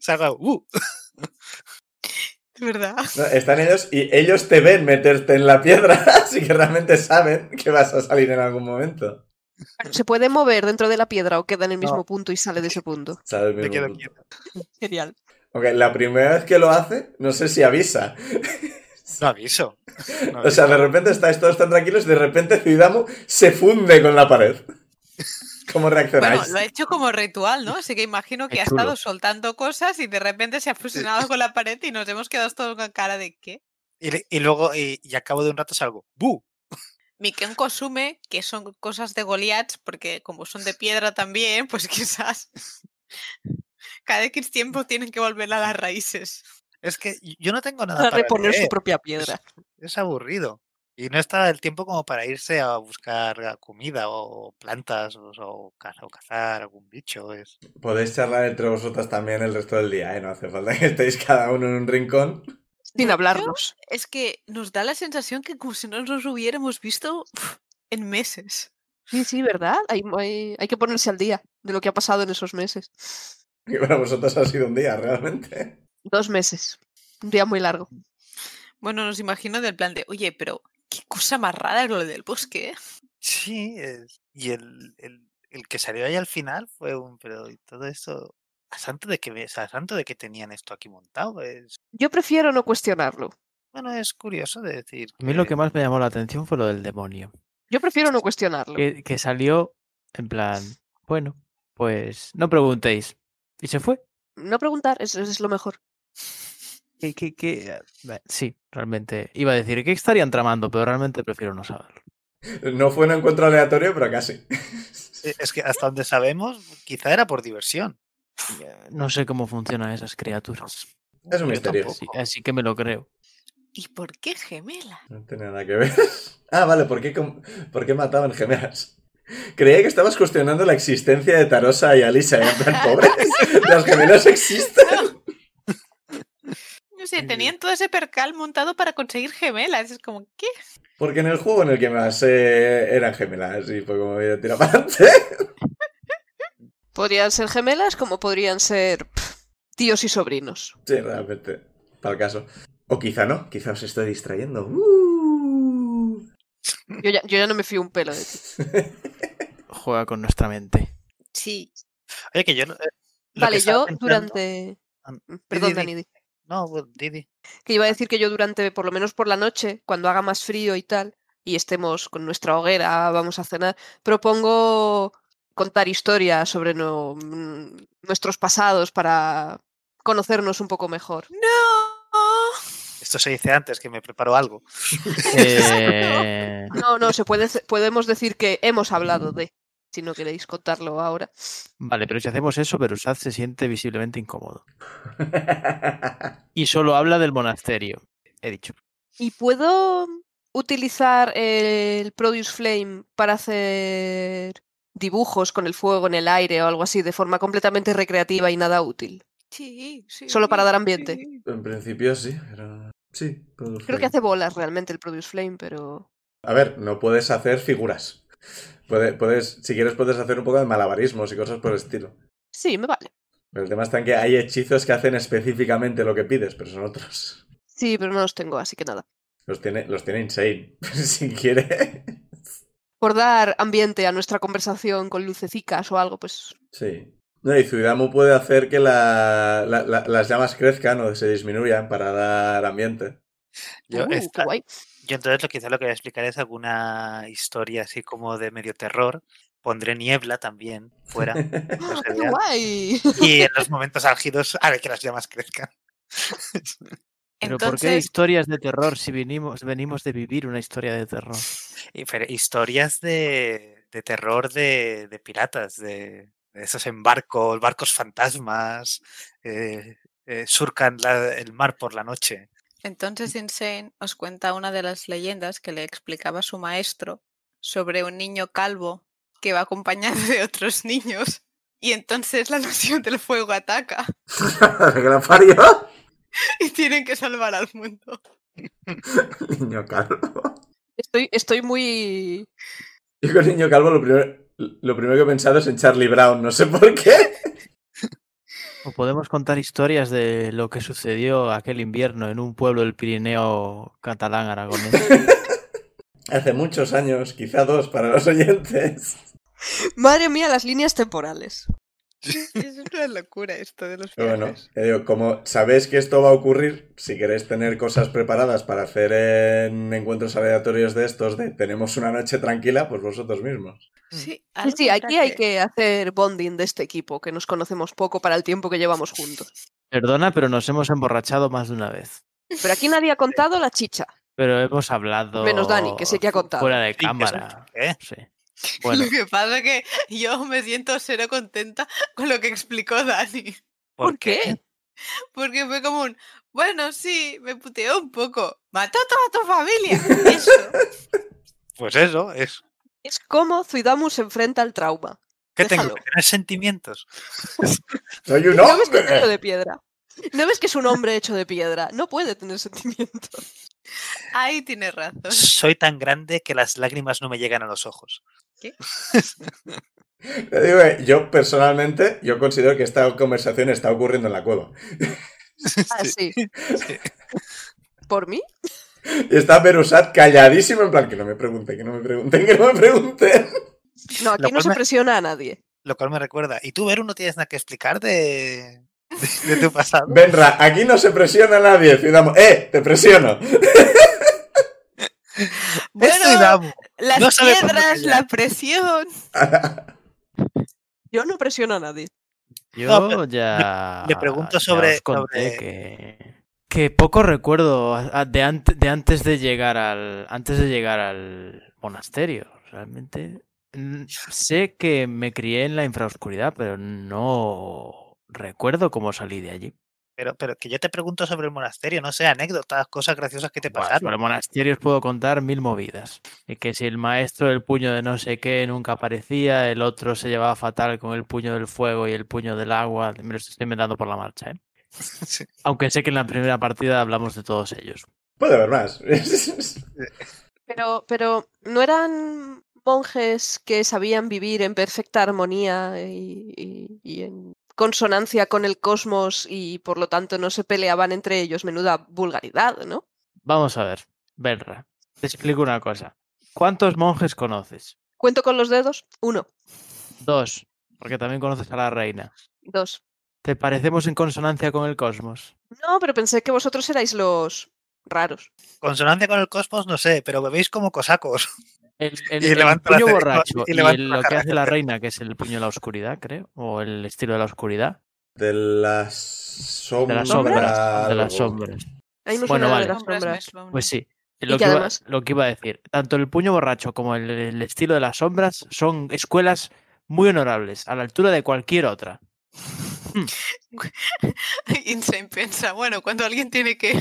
salga "Uh".
Es verdad.
No, están ellos y ellos te ven meterte en la piedra, así que realmente saben que vas a salir en algún momento.
¿Se puede mover dentro de la piedra o queda en el mismo
Mm. No.
punto y sale de ese punto?
Sabe el
Me
mismo
quedo
punto.
quieto.
Genial.
Aunque la primera vez que lo hace, no sé si avisa.
No aviso. no
O sea, de
aviso.
repente estáis todos tan tranquilos y de repente Zuidamu se funde con la pared. ¿Cómo reaccionáis?
Bueno, lo ha hecho como ritual, ¿no? Así que imagino que
Es
ha
chulo.
estado soltando cosas y de repente se ha fusionado con la pared y nos hemos quedado todos con cara de ¿qué?
y, le- y luego, y, y al cabo de un rato salgo, "Uh, "Bu".
Miken consume que son cosas de Goliath, porque como son de piedra también, pues quizás cada X tiempo tienen que volver a las raíces.
Es que yo no tengo nada
Para
Ah, para
reponer su
leer.
propia piedra.
es aburrido. Y no está el tiempo como para irse a buscar a comida o plantas o, o ca- o cazar algún bicho. Es...
Podéis charlar entre vosotras también el resto del día, ¿eh? No hace falta que estéis cada uno en un rincón.
Sin
No,
hablarnos.
Es que nos da la sensación que como si no nos hubiéramos visto pf, en meses.
Sí, sí, ¿verdad? Hay, hay- hay que ponerse al día de lo que ha pasado en esos meses.
Y para vosotras ha sido un día, realmente.
Dos meses. Un día muy largo.
Bueno, nos imagino del plan de, oye, pero qué cosa más rara lo del bosque. ¿eh?".
Sí, es- y el, el- el que salió ahí al final fue un... Pero ¿y todo esto... ¿A santo de que, ve- a santo de que tenían esto aquí montado? Es,
Yo prefiero no cuestionarlo.
bueno, es curioso de decir.
A mí lo que más me llamó la atención fue lo del demonio,
Yo prefiero no cuestionarlo.
Eh.
que, que salió en plan, bueno, pues no preguntéis. Y se fue.
No preguntar es, es lo mejor.
Que- que- que, eh, bah, Sí, realmente. Iba a decir que estarían tramando, pero realmente prefiero no saberlo.
No fue un encuentro aleatorio, pero casi.
eh, Es que hasta donde sabemos, quizá era por diversión.
No sé cómo funcionan esas criaturas.
Es un
Yo
misterio.
tampoco.
Así, así que me lo creo.
¿Y por qué gemela?
No tiene nada que ver. Ah, vale, ¿por qué, com- por qué mataban gemelas? Creía que estabas cuestionando la existencia de Tarosa y Alisa. y en plan, pobres, las gemelas existen.
No sé,
Sí.
tenían todo ese percal montado para conseguir gemelas. Es como, ¿qué?
Porque en el juego en el que más eh, eran gemelas y fue como voy a tirar para adelante.
Podrían ser gemelas como podrían ser pf, tíos y sobrinos.
Sí, realmente. Para el caso. O quizá no, quizá os estoy distrayendo. ¡Uh!
Yo ya, yo ya no me fío un pelo de ti.
Juega con nuestra mente.
Sí.
Oye, que yo... eh, lo que
Vale,
estaba
yo
pensando- Ah,
durante... Mm,
An-
Perdón,
di,
Dani.
di.
di.
No, bueno, Didi.
que iba a decir que yo durante, por lo menos por la noche, cuando haga más frío y tal, y estemos con nuestra hoguera, vamos a cenar, propongo contar historias sobre no- mm, nuestros pasados para conocernos un poco mejor.
¡No!
Esto se dice antes, que me preparo algo.
Eh,
No, no, se puede, ce- podemos decir que hemos hablado de, si no queréis contarlo ahora.
Vale, pero si hacemos eso, Berusad se siente visiblemente incómodo. Y solo habla del monasterio. He dicho.
¿Y puedo utilizar el Produce Flame para hacer dibujos con el fuego en el aire o algo así, de forma completamente recreativa y nada útil?
Sí, sí.
Solo para dar ambiente.
sí.
en principio sí, pero. Sí, Produce
Creo
Flame.
que hace bolas realmente el Produce Flame, pero.
A ver, no puedes hacer figuras. Puede- puedes, si quieres, puedes hacer un poco de malabarismos y cosas por el estilo.
Sí, me vale.
Pero el tema está en que hay hechizos que hacen específicamente lo que pides, pero son otros.
Sí, pero no los tengo, así que nada.
Los tiene, los tiene Insane, si quiere.
Por dar ambiente a nuestra conversación con lucecicas o algo, pues.
Sí. No, y Zuidamu puede hacer que la- la- la- las llamas crezcan o se disminuyan para dar ambiente.
Yo,
uh, qué
esta-
guay.
Yo entonces lo, quizá lo que voy a explicar es alguna historia así como de medio terror. Pondré niebla también fuera. no
¡Ah,
se
qué
vea,
guay!
Y en los momentos álgidos haré que las llamas crezcan.
¿Pero por qué
Entonces,
historias de terror si venimos, venimos de vivir una historia de terror?
Y fer- historias de, de terror de, de piratas, de, de esos embarcos, barcos fantasmas, eh, eh, surcan la- el mar por la noche.
Mm.
Entonces Insane os cuenta una de las leyendas que le explicaba su maestro sobre un niño calvo que va acompañado de otros niños y entonces la nación del fuego ataca
que la parió.
y tienen que salvar al mundo.
Niño calvo.
Estoy, estoy muy.
Yo con niño calvo lo primero, lo primero que he pensado es en Charlie Brown, no sé por qué.
O podemos contar historias de lo que sucedió aquel invierno en un pueblo del Pirineo catalán aragonés.
Hace muchos años, quizá dos para los oyentes.
Madre mía, las líneas temporales.
Es una locura esto de los
Pero bueno,
viajes.
ya digo, como sabéis que esto va a ocurrir, si queréis tener cosas preparadas para hacer en encuentros aleatorios de estos, de tenemos una noche tranquila, pues vosotros mismos.
Sí,
Sí, sí,
algo
aquí hay
habrá
que hacer bonding de este equipo, que nos conocemos poco para el tiempo que llevamos juntos.
Perdona, pero nos hemos emborrachado más de una vez.
Pero aquí nadie ha contado la chicha.
Pero hemos hablado.
Menos Dani, que sé que ha
fu-
contado.
Fuera de
Sí, que es un-
cámara.
¿eh?
Sí. Bueno,
Lo que pasa es que yo me siento cero contenta con lo que explicó Dani.
¿Por qué?
Porque fue como un, bueno, sí, me puteó un poco. Mató a toda tu familia. Eso.
Pues eso, es
Es como Zuidamu se enfrenta al trauma.
que tengo
Déjalo.
que tener sentimientos.
¡Soy un
¿No, ves que es hecho
hombre!
de piedra? ¿No ves que es un hombre hecho de piedra? No puede tener sentimientos.
Ahí tienes razón.
Soy tan grande que las lágrimas no me llegan a los ojos.
Ya digo que yo personalmente, yo considero que esta conversación está ocurriendo en la cueva.
Ah, sí. ¿Por mí?
Y está Berusat calladísimo, en plan, que no me pregunten, que no me pregunten, que no me pregunten.
No,
Lo
aquí no
cual
se
me-
presiona a nadie.
Lo cual me recuerda. Y tú, Veru, no tienes nada que explicar de, de- de tu pasado.
Benra, aquí no se presiona a nadie, Zuidamo. ¡Eh! ¡Te presiono!
Es
Bueno,
Zuidamu.
las
no sabe cuándo
piedras,
callar.
la presión.
Yo no presiono a nadie.
yo
pero
ya.
le pregunto
ya
sobre-
os conté
sobre-
que. que poco recuerdo a- a- de, ant- de antes de llegar al. Antes de llegar al monasterio. Realmente. mm, Sé que me crié en la infraoscuridad, pero no recuerdo cómo salí de allí.
Pero, pero que yo te pregunto sobre el monasterio, no sé, anécdotas, cosas graciosas que te
Buah,
pasaron.
sobre monasterios puedo contar mil movidas. Y que si el maestro del puño de no sé qué nunca aparecía, el otro se llevaba fatal con el puño del fuego y el puño del agua. Me los estoy inventando por la marcha, ¿eh?
Sí.
Aunque sé que en la primera partida hablamos de todos ellos.
Puede haber más.
Pero, pero ¿no eran monjes que sabían vivir en perfecta armonía y, y- y en consonancia con el cosmos y por lo tanto no se peleaban entre ellos? Menuda vulgaridad, ¿no?
Vamos a ver, Benra, te explico una cosa. ¿Cuántos monjes conoces?
Cuento con los dedos. Uno,
Dos, porque también conoces a la reina.
dos.
¿Te parecemos en consonancia con el cosmos?
No, pero pensé que vosotros erais los raros.
Consonancia con el cosmos, no sé, pero bebéis como cosacos.
El, el-
Y
el
levanto la
puño
cere-
borracho
y
y,
levanto
el-
la
lo que
cara.
hace la reina, que es el puño de la oscuridad, creo, o el estilo de la oscuridad.
De las sombras.
De las sombras. De
algo.
las sombras.
Ahí me
Bueno,
suena lo
vale.
de las
Sombras me
sombras.
suena.
Pues sí.
Y
Lo que,
que
iba,
además-
lo que iba a decir, tanto el puño borracho como el, el estilo de las sombras son escuelas muy honorables, a la altura de cualquier otra.
Insane piensa, bueno, cuando alguien tiene que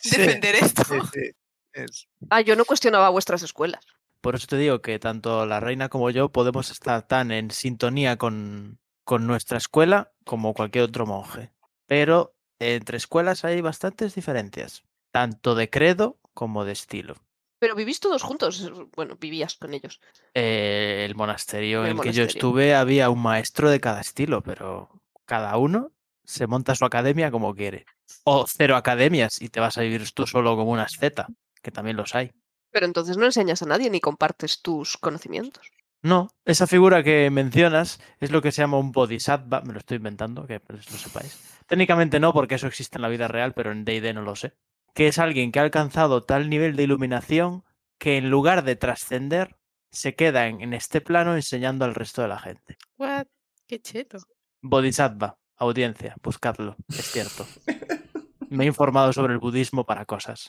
Sí,
defender esto.
sí, sí, es-
Ah, yo no cuestionaba vuestras escuelas.
Por eso te digo que tanto la reina como yo podemos estar tan en sintonía con, con nuestra escuela como cualquier otro monje. Pero entre escuelas hay bastantes diferencias, tanto de credo como de estilo.
Pero vivís todos juntos. es- Bueno, vivías con ellos.
Eh, el monasterio en
El
el que yo
monasterio.
estuve había un maestro de cada estilo, pero cada uno se monta su academia como quiere. O cero academias y te vas a vivir tú solo como una asceta, que también los hay.
Pero entonces no enseñas a nadie ni compartes tus conocimientos.
No, esa figura que mencionas es lo que se llama un bodhisattva, me lo estoy inventando, que pues, lo sepáis. Técnicamente no, porque eso existe en la vida real, pero en D&D no lo sé. Que es alguien que ha alcanzado tal nivel de iluminación que en lugar de trascender, se queda en, en este plano enseñando al resto de la gente.
What? Qué cheto.
Bodhisattva, audiencia, buscadlo, es cierto. Me he informado sobre el budismo para cosas.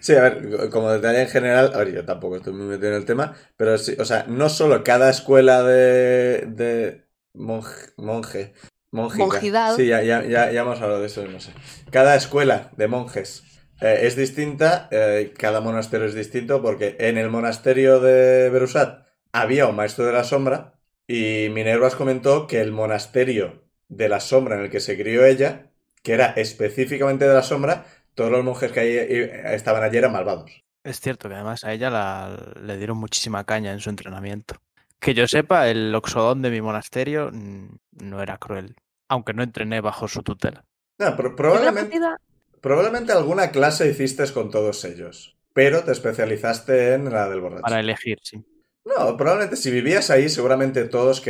Sí, a ver, como detalle en general, a ver, yo tampoco estoy muy metido en el tema, pero sí, o sea, no solo cada escuela de, de monje, monje, monjica.
Monjidad.
Sí, ya, ya, ya, ya hemos hablado de eso, no sé. Cada escuela de monjes eh, es distinta, eh, cada monasterio es distinto, porque en el monasterio de Berusat había un maestro de la sombra, y Minervas comentó que el monasterio de la sombra en el que se crió ella, que era específicamente de la sombra, todos los monjes que ahí eh, estaban allí eran malvados.
Es cierto que además a ella la- le dieron muchísima caña en su entrenamiento. Que yo sepa, el oxodón de mi monasterio mm, no era cruel, aunque no entrené bajo su tutela.
No, pero
Yo en la
probablemente...
partida-
Probablemente alguna clase hiciste con todos ellos, pero te especializaste en la del borracho.
Para elegir, sí.
No, probablemente si vivías ahí, seguramente todos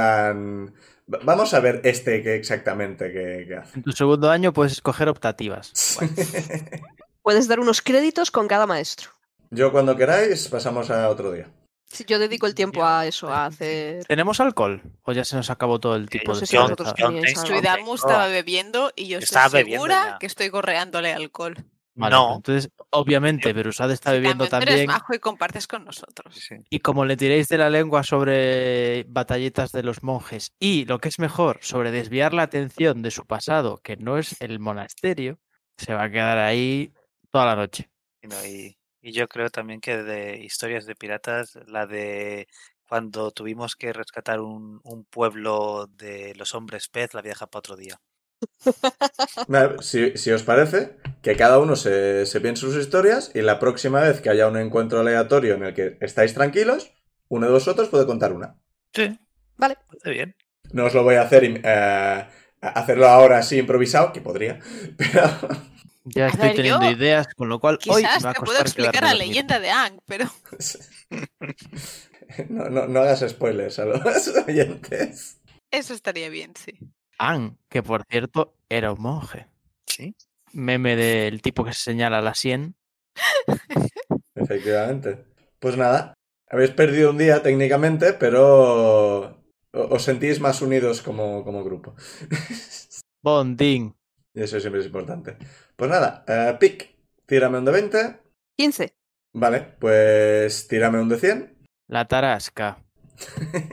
querrían. Va- Vamos a ver este que exactamente que, que hace.
En tu segundo año puedes escoger optativas.
Puedes dar unos créditos con cada maestro.
Yo cuando queráis pasamos a otro día.
Si yo dedico el tiempo a eso, a hacer.
¿Tenemos alcohol? ¿O ya se nos acabó todo el tipo
no
de
sé si
cerveza?
vosotros teníais
John,
algo.
John,
Chuidamu
Oh,
estaba bebiendo y yo estoy
Estaba bebiendo
segura
ya.
que estoy gorreándole alcohol.
Vale,
No.
pues Entonces, obviamente, Berusad está bebiendo
También tú eres
también.
majo y compartes con nosotros.
Sí.
Y como le tiréis de la lengua sobre batallitas de los monjes y, lo que es mejor, sobre desviar la atención de su pasado, que no es el monasterio, se va a quedar ahí toda la noche.
Y no, Y, y yo creo también que de historias de piratas, la de cuando tuvimos que rescatar un, un pueblo de los hombres pez, la viaja para otro día.
Vale, Si, si os parece, que cada uno se, se piense sus historias y la próxima vez que haya un encuentro aleatorio en el que estáis tranquilos, uno de vosotros puede contar una.
Sí.
Vale.
Está bien.
No os lo voy a hacer im- eh, hacerlo ahora así improvisado, que podría, pero.
Ya
A
estoy
ver,
teniendo
yo
ideas, con lo cual hoy
Quizás
me va a
te puedo
costar
explicar
quedarme
la
dormido.
leyenda de Ang, pero
No, no, no hagas spoilers a los oyentes.
eso estaría bien, sí.
An, que por cierto era un monje.
Sí.
Meme del tipo que se señala la sien.
Efectivamente. Pues nada, habéis perdido un día técnicamente, pero o- os sentís más unidos como, como grupo.
Bonding.
Y eso siempre es importante. Pues nada, eh, pick, tírame un de 20.
15,
Vale, pues tírame un de 100.
La tarasca.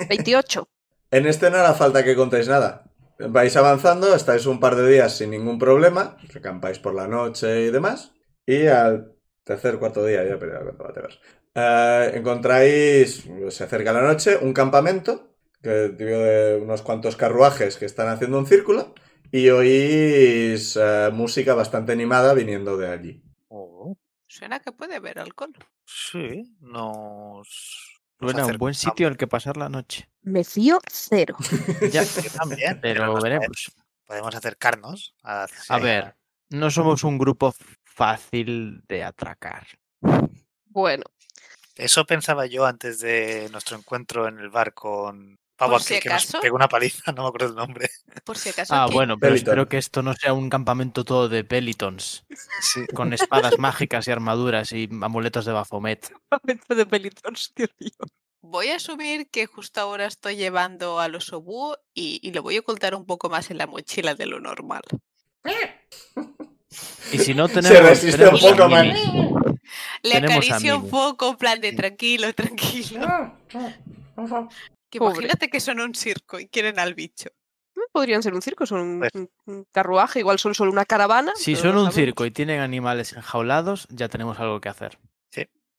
28.
En este no hará falta que contéis nada. Vais avanzando, estáis un par de días sin ningún problema, recampáis por la noche y demás. Y al tercer, cuarto día, ya pero ya cuánto va a tener. Eh, encontráis, se acerca la noche, un campamento, que digo, de unos cuantos carruajes que están haciendo un círculo, y oís eh, música bastante animada viniendo de allí.
Oh,
Suena que puede haber alcohol.
sí. Nos. nos
Bueno, un buen
acercamos.
sitio en el que pasar la noche.
Me fío cero.
Ya,
Yo también,
pero
nos
veremos.
pode- Podemos acercarnos. hacia-
A ver, no somos un grupo fácil de atracar.
Bueno,
Eso pensaba yo antes de nuestro encuentro en el bar con Pavo
Por si
aquel que nos
acaso.
pegó una paliza, no me acuerdo el nombre.
Por si acaso.
Ah,
aquí-
bueno, pero
Peliton.
espero que esto no sea un campamento todo de pelitons,
Sí.
con espadas mágicas y armaduras y amuletos de Bafomet.
momento de pelitons, Dios mío.
Voy a asumir que justo ahora estoy llevando al oso búho y, y lo voy a ocultar un poco más en la mochila de lo normal.
Y si no tenemos...
Se resiste un
tenemos a
poco, man.
Mimi.
Le
Tenemos a
acaricio un
Mimi.
poco, en plan de tranquilo, tranquilo. Que
Pobre.
imagínate que son un circo y quieren al bicho.
Podrían ser un circo, son un,
Pues-
un- un carruaje, igual son solo una caravana.
Si
pero
son
no
un
sabemos.
circo y tienen animales enjaulados, ya tenemos algo que hacer.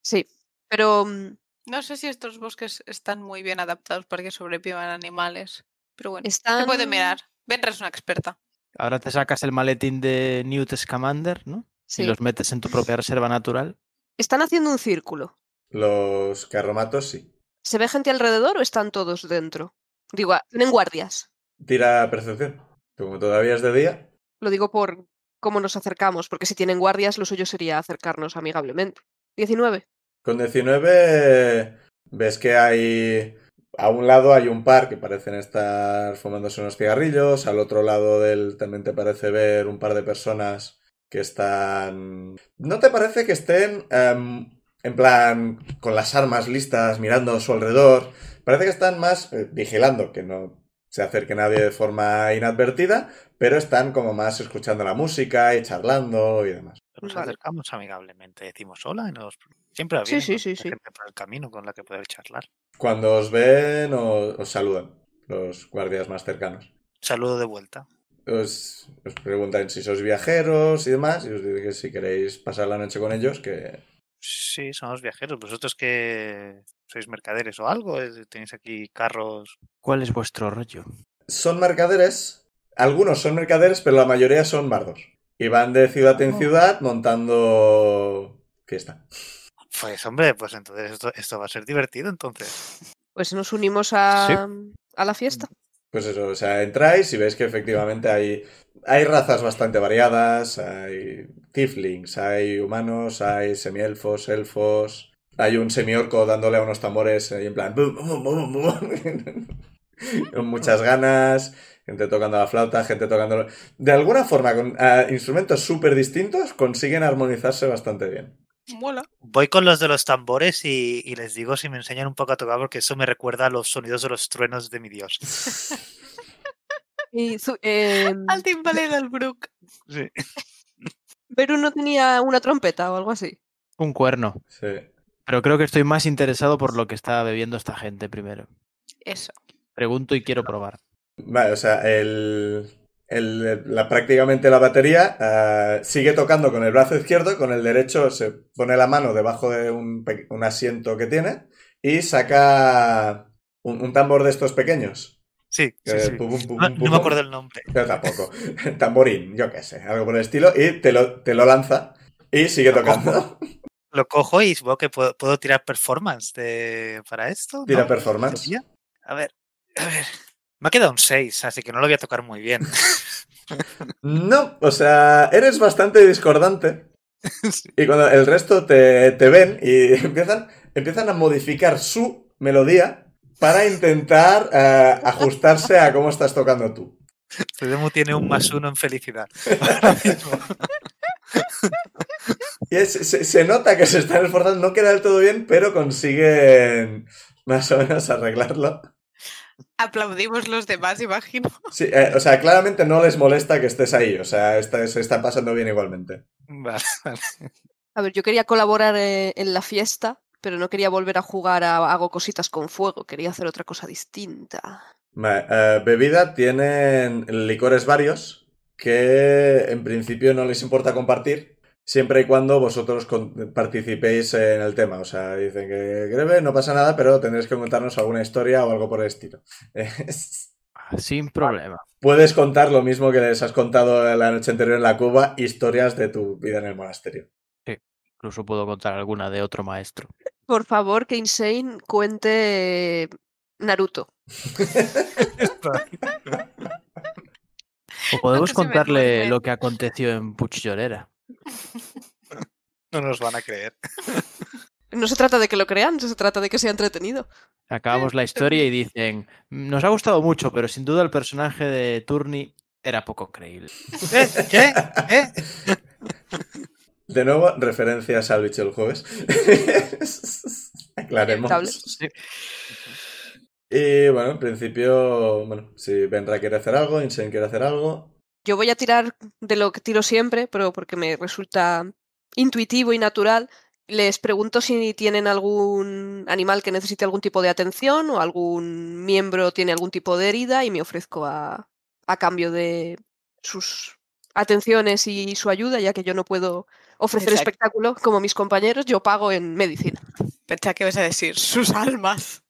Sí, pero mm,
No sé si estos bosques están muy bien adaptados para que sobrevivan animales. Pero bueno,
están.
se puede mirar. Benra es una experta.
Ahora te sacas el maletín de Newt Scamander, ¿no?
Sí.
Y los metes en tu propia reserva natural.
Están haciendo un círculo.
Los carromatos sí.
¿Se ve gente alrededor o están todos dentro? Digo, ah, tienen guardias.
Tira percepción. Como todavía es de día,
Lo digo por cómo nos acercamos, porque si tienen guardias, lo suyo sería acercarnos amigablemente. 19.
Con 19 ves que hay... A un lado hay un par que parecen estar fumándose unos cigarrillos, al otro lado del también te parece ver un par de personas que están... No te parece que estén em, en plan con las armas listas, mirando a su alrededor. Parece que están más eh, vigilando, que no se acerque nadie de forma inadvertida, pero están como más escuchando la música y charlando y demás.
Nos
Vale.
acercamos amablemente, decimos hola y nos... Siempre
Sí,
había
sí, sí, sí.
gente por el camino con la que poder charlar.
Cuando os ven, o- os saludan los guardias más cercanos.
Saludo de vuelta.
Os, os preguntan si sois viajeros y demás, y os dicen que si queréis pasar la noche con ellos, que...
Sí, somos viajeros. ¿Vosotros que sois mercaderes o algo? Eh, ¿Tenéis aquí carros?
¿Cuál es vuestro rollo?
Son mercaderes, algunos son mercaderes, pero la mayoría son mardos. Y van de ciudad en
Oh.
ciudad montando fiesta.
Pues hombre, pues entonces esto, esto va a ser divertido entonces.
Pues nos unimos a, a la fiesta.
Pues eso, o sea, entráis y veis que efectivamente hay, hay razas bastante variadas, hay tieflings, hay humanos, hay semielfos, elfos, hay un semiorco dándole a unos tambores ahí en plan... "Bum, bum, bum, bum", con muchas ganas, gente tocando la flauta, gente tocando... De alguna forma, con ah, instrumentos súper distintos, consiguen armonizarse bastante bien.
Mola.
Voy con los de los tambores y, y les digo si me enseñan un poco a tocar porque eso me recuerda a los sonidos de los truenos de mi dios.
Y zu- em,
Al timbalero del Brook.
Sí.
Beru no tenía una trompeta o algo así.
Un cuerno.
Sí.
Pero creo que estoy más interesado por lo que está bebiendo esta gente primero.
Eso.
Pregunto y quiero probar.
Vale, o sea, el, el- la, prácticamente la batería ah, sigue tocando con el brazo izquierdo, con el derecho se pone la mano debajo de un, pe- un asiento que tiene y saca un, un tambor de estos pequeños.
Sí,
que
sí, sí.
pum, pum, pum,
No,
pum,
no me acuerdo
pum.
el nombre.
Yo tampoco. Tamborín, yo qué sé, algo por el estilo. Y te lo, te lo lanza y sigue tocando.
Lo cojo y supongo que puedo, puedo tirar performance de- para esto.
Tira
¿no?
performance.
¿Debería? A ver, a ver. Me ha quedado un 6, así que no lo voy a tocar muy bien.
No, o sea, eres bastante discordante. Y cuando el resto te, te ven y empiezan, empiezan a modificar su melodía para intentar eh, ajustarse a cómo estás tocando tú.
Sedemu tiene un
Mm.
más uno en felicidad. Ahora mismo.
Y es- se, se nota que se están esforzando, no queda del todo bien, pero consiguen más o menos arreglarlo.
Aplaudimos los demás, imagino.
Sí, eh, o sea, claramente no les molesta que estés ahí, o sea, está- se están pasando bien igualmente.
Vale, vale.
A ver, yo quería colaborar eh, en la fiesta, pero no quería volver a jugar a hago cositas con fuego, quería hacer otra cosa distinta.
Vale, eh, bebida tienen licores varios que en principio no les importa compartir siempre y cuando vosotros con- participéis en el tema. O sea, dicen que greve, no pasa nada, pero tendréis que contarnos alguna historia o algo por el estilo.
Ah, Sin problema.
Puedes contar lo mismo que les has contado la noche anterior en la cuba, historias de tu vida en el monasterio.
Incluso puedo contar alguna de otro maestro.
Por favor, que Insane cuente eh, Naruto.
O podemos
se me
contarle
duerme.
lo que aconteció en Puch Llorera.
No nos van a creer.
No se trata de que lo crean, se trata de que sea entretenido.
Ah,
Acabamos la historia y dicen, nos ha gustado mucho, pero sin duda el personaje de Turni era poco creíble.
¿Eh? ¿Qué? ¿Eh?
De nuevo, referencias al bicho del jueves.
Inevitable.
Aclaremos. Y bueno, en principio, bueno, si Benra quiere hacer algo, Insane quiere hacer algo.
Yo voy a tirar de lo que tiro siempre, pero porque me resulta intuitivo y natural. Les pregunto si tienen algún animal que necesite algún tipo de atención o algún miembro tiene algún tipo de herida y me ofrezco a, a cambio de sus atenciones y su ayuda, ya que yo no puedo ofrecer
Exacto.
espectáculo como mis compañeros, yo pago en medicina.
Pensaba que ibas a decir sus almas.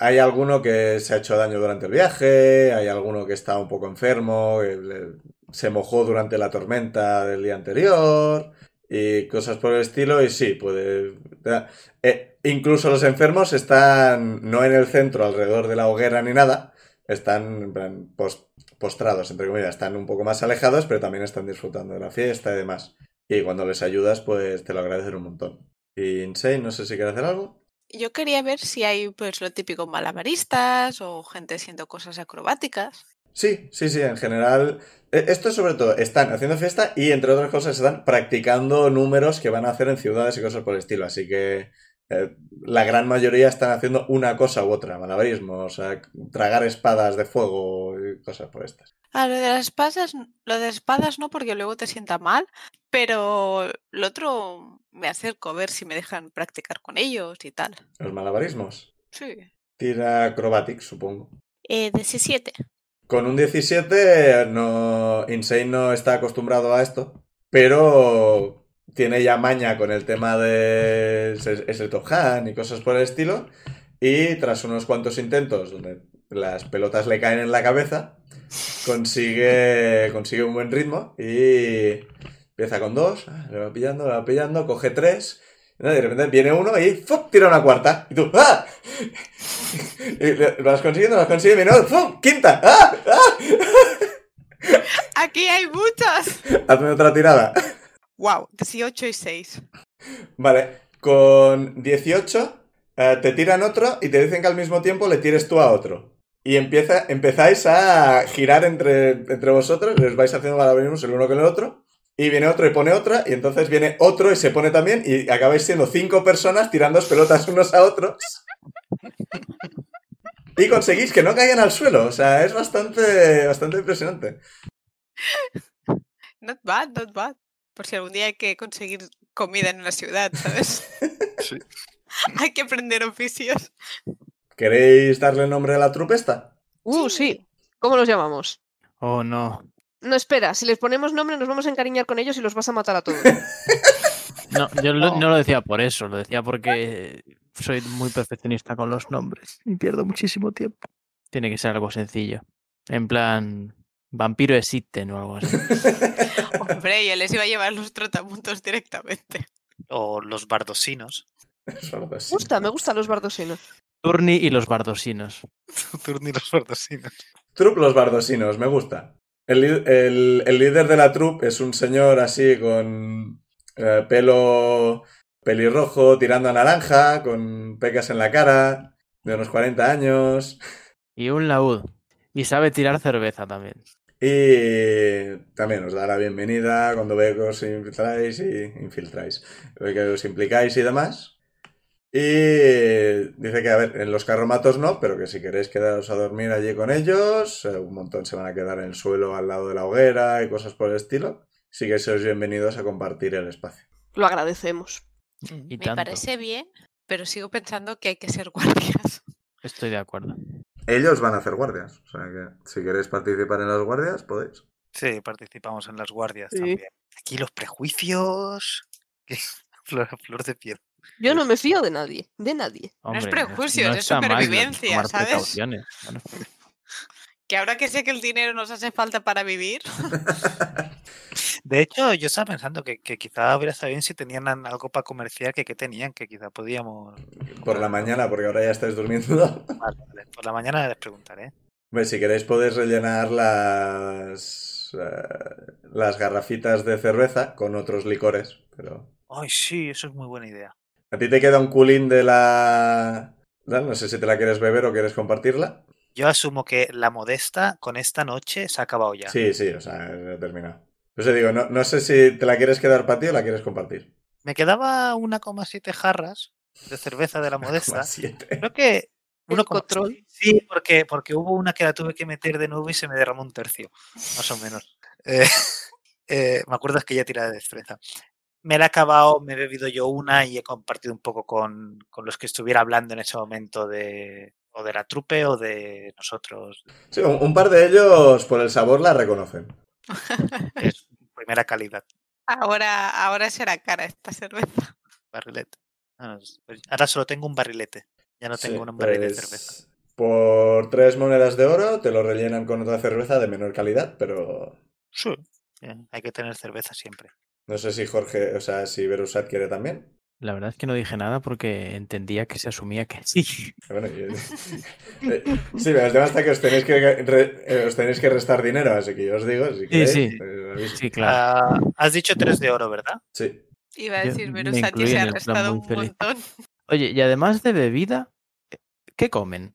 Hay alguno que se ha hecho daño durante el viaje, hay alguno que está un poco enfermo, que le- se mojó durante la tormenta del día anterior y cosas por el estilo. Y sí, puede. da- eh, incluso los enfermos están no en el centro, alrededor de la hoguera ni nada, están en plan, pos- postrados, entre comillas, están un poco más alejados, pero también están disfrutando de la fiesta y demás. Y cuando les ayudas, pues te lo agradecen un montón. Y Insane, no sé si quiere hacer algo.
Yo quería ver si hay pues lo típico malabaristas o gente haciendo cosas acrobáticas.
Sí, sí, sí, en general. e- Esto sobre todo, están haciendo fiesta y entre otras cosas están practicando números que van a hacer en ciudades y cosas por el estilo. Así que eh, la gran mayoría están haciendo una cosa u otra, malabarismo, o sea, tragar espadas de fuego y cosas por estas.
Ah, lo de las espadas, lo de espadas no, porque luego te sienta mal, pero lo otro me acerco a ver si me dejan practicar con ellos y tal.
Los malabarismos.
Sí.
Tira acrobatics, supongo.
Eh, 17.
Con un 17, no, Insane no está acostumbrado a esto, pero tiene ya maña con el tema de ese- ese Tohan y cosas por el estilo. Y tras unos cuantos intentos donde las pelotas le caen en la cabeza, consigue, consigue un buen ritmo y empieza con dos, ah, le va pillando, le va pillando, coge tres. y De repente viene uno y ¡fup! tira una cuarta. Y tú ¡ah! Y le- lo has conseguido, lo has conseguido, y no, ¡fup! ¡Quinta! ¡Ah!
Aquí hay muchas.
Hazme otra tirada.
Wow, 18 y 6.
Vale, con 18 eh, te tiran otro y te dicen que al mismo tiempo le tires tú a otro. Y empieza, empezáis a girar entre, entre vosotros, les vais haciendo malabarismos el uno con el otro. Y viene otro y pone otra, y entonces viene otro y se pone también, y acabáis siendo cinco personas tirando pelotas unos a otros. Y conseguís que no caigan al suelo, o sea, es bastante, bastante impresionante.
Not bad, not bad. Por si algún día hay que conseguir comida en una ciudad, ¿sabes?
Sí.
hay que aprender oficios.
¿Queréis darle nombre a la trupesta?
Uh, sí. ¿Cómo los llamamos?
Oh, no.
No, espera, si les ponemos nombre nos vamos a encariñar con ellos y los vas a matar a todos.
No, yo lo-
Oh.
no lo decía por eso, lo decía porque soy muy perfeccionista con los nombres y pierdo muchísimo tiempo. Tiene que ser algo sencillo. En plan, vampiro existen o algo así.
Hombre, yo les iba a llevar los trotamundos directamente.
O los bardosinos.
Solo
Me
así.
gusta, me gustan los bardosinos.
Turni y los bardosinos.
Turni los bardosinos.
Trup los bardosinos, me gusta. El, li- el- el líder de la troupe es un señor así con eh, pelo pelirrojo, tirando a naranja, con pecas en la cara, de unos 40 años.
Y un laúd. Y sabe tirar cerveza también.
Y también os da la bienvenida cuando ve que os infiltráis y infiltráis, ve que os implicáis y demás. Y dice que, a ver, en los carromatos no, pero que si queréis quedaros a dormir allí con ellos, eh, un montón se van a quedar en el suelo al lado de la hoguera y cosas por el estilo. Sí que sois bienvenidos a compartir el espacio.
Lo agradecemos.
Y
Me
tanto.
parece bien, pero sigo pensando que hay que ser guardias.
Estoy de acuerdo.
Ellos van a hacer guardias, o sea que si queréis participar en las guardias, podéis.
Sí, participamos en las guardias
Sí.
también. Aquí los prejuicios. que Flor, a flor de piel.
Yo no me fío de nadie, de nadie.
es
Hombre,
prejuicios, es
está mal
supervivencia,
tomar
¿sabes?
precauciones, claro.
Que ahora que sé que el dinero nos hace falta para vivir,
De hecho, yo estaba pensando que, que quizá hubiera estado bien si tenían an- algo para comerciar, que, que tenían, que quizá podíamos...
Por la mañana, porque ahora ya estáis durmiendo.
Vale, vale, Por la mañana les preguntaré.
Pues si queréis podéis rellenar las, eh, las garrafitas de cerveza con otros licores, pero...
Ay, sí, eso es muy buena idea.
¿A ti te queda un culín de la... Dal? No sé si te la quieres beber o quieres compartirla.
Yo asumo que la modesta con esta noche se ha acabado ya.
Sí, sí, o sea, he terminado. Pues te digo, no, no sé si te la quieres quedar para ti o la quieres compartir.
Me quedaba 1,7 jarras de cerveza de la modesta.
Más siete.
Creo que...
El
1,7.
control.
Sí, porque, porque hubo una que la tuve que meter de nuevo y se me derramó un tercio, más o menos. Eh, eh, me acuerdo que ya tirada de destreza. Me la he acabado, me he bebido yo una y he compartido un poco con, con los que estuviera hablando en ese momento de o de la trupe o de nosotros.
Sí, un, un par de ellos por el sabor la reconocen.
Es primera calidad,
ahora, ahora será cara esta cerveza.
barrilete. Ah, no, es- pues Ahora solo tengo un barrilete. Ya no
Sí,
tengo un barril de
pues,
cerveza.
Por tres monedas de oro te lo rellenan con otra cerveza de menor calidad, pero
Sí, eh, hay que tener cerveza siempre.
no sé si Jorge, o sea, si Berusat quiere también.
La verdad es que no dije nada porque entendía que se asumía que sí.
Bueno, yo- Eh, sí, pero el tema está que os tenéis que, re- eh, os tenéis que restar dinero, así que yo os digo, si queréis,
sí.
eh, aviso.
Sí, claro.
Ah, has dicho tres de oro, ¿verdad?
Sí.
Iba a
Yo
decir,
me
Verusati
incluí
se
en
ha
el plan
restado
muy
un
feliz.
montón.
Oye, y además de bebida, ¿qué comen?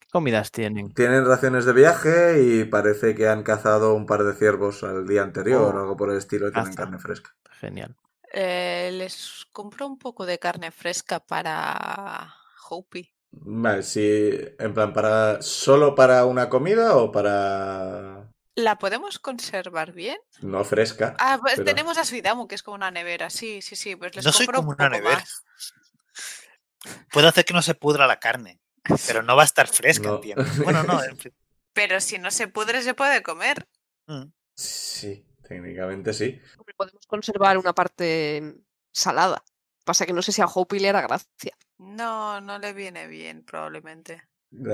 ¿Qué comidas tienen?
Tienen raciones de viaje y parece que han cazado un par de ciervos al día anterior
Oh.
o algo por el estilo y tienen
Caza.
carne fresca.
Genial.
Eh, les compro un poco de carne fresca para Hopi.
Vale, sí, en plan, para ¿solo para una comida o para
¿La podemos conservar bien?
No fresca.
Ah, pues
Pero-
tenemos a Suidamu, que es como una nevera. Sí, sí, sí. Pues les
No soy
compro
como
un
una
poco
nevera.
más.
Puedo hacer que no se pudra la carne, pero no va a estar fresca,
No.
entiendo. Bueno, no, en fin.
Pero si no se pudre, se puede comer.
Mm.
Sí, técnicamente sí.
Hombre, podemos conservar una parte salada. Pasa que no sé si a Hopi le hará gracia.
No, no le viene bien, probablemente.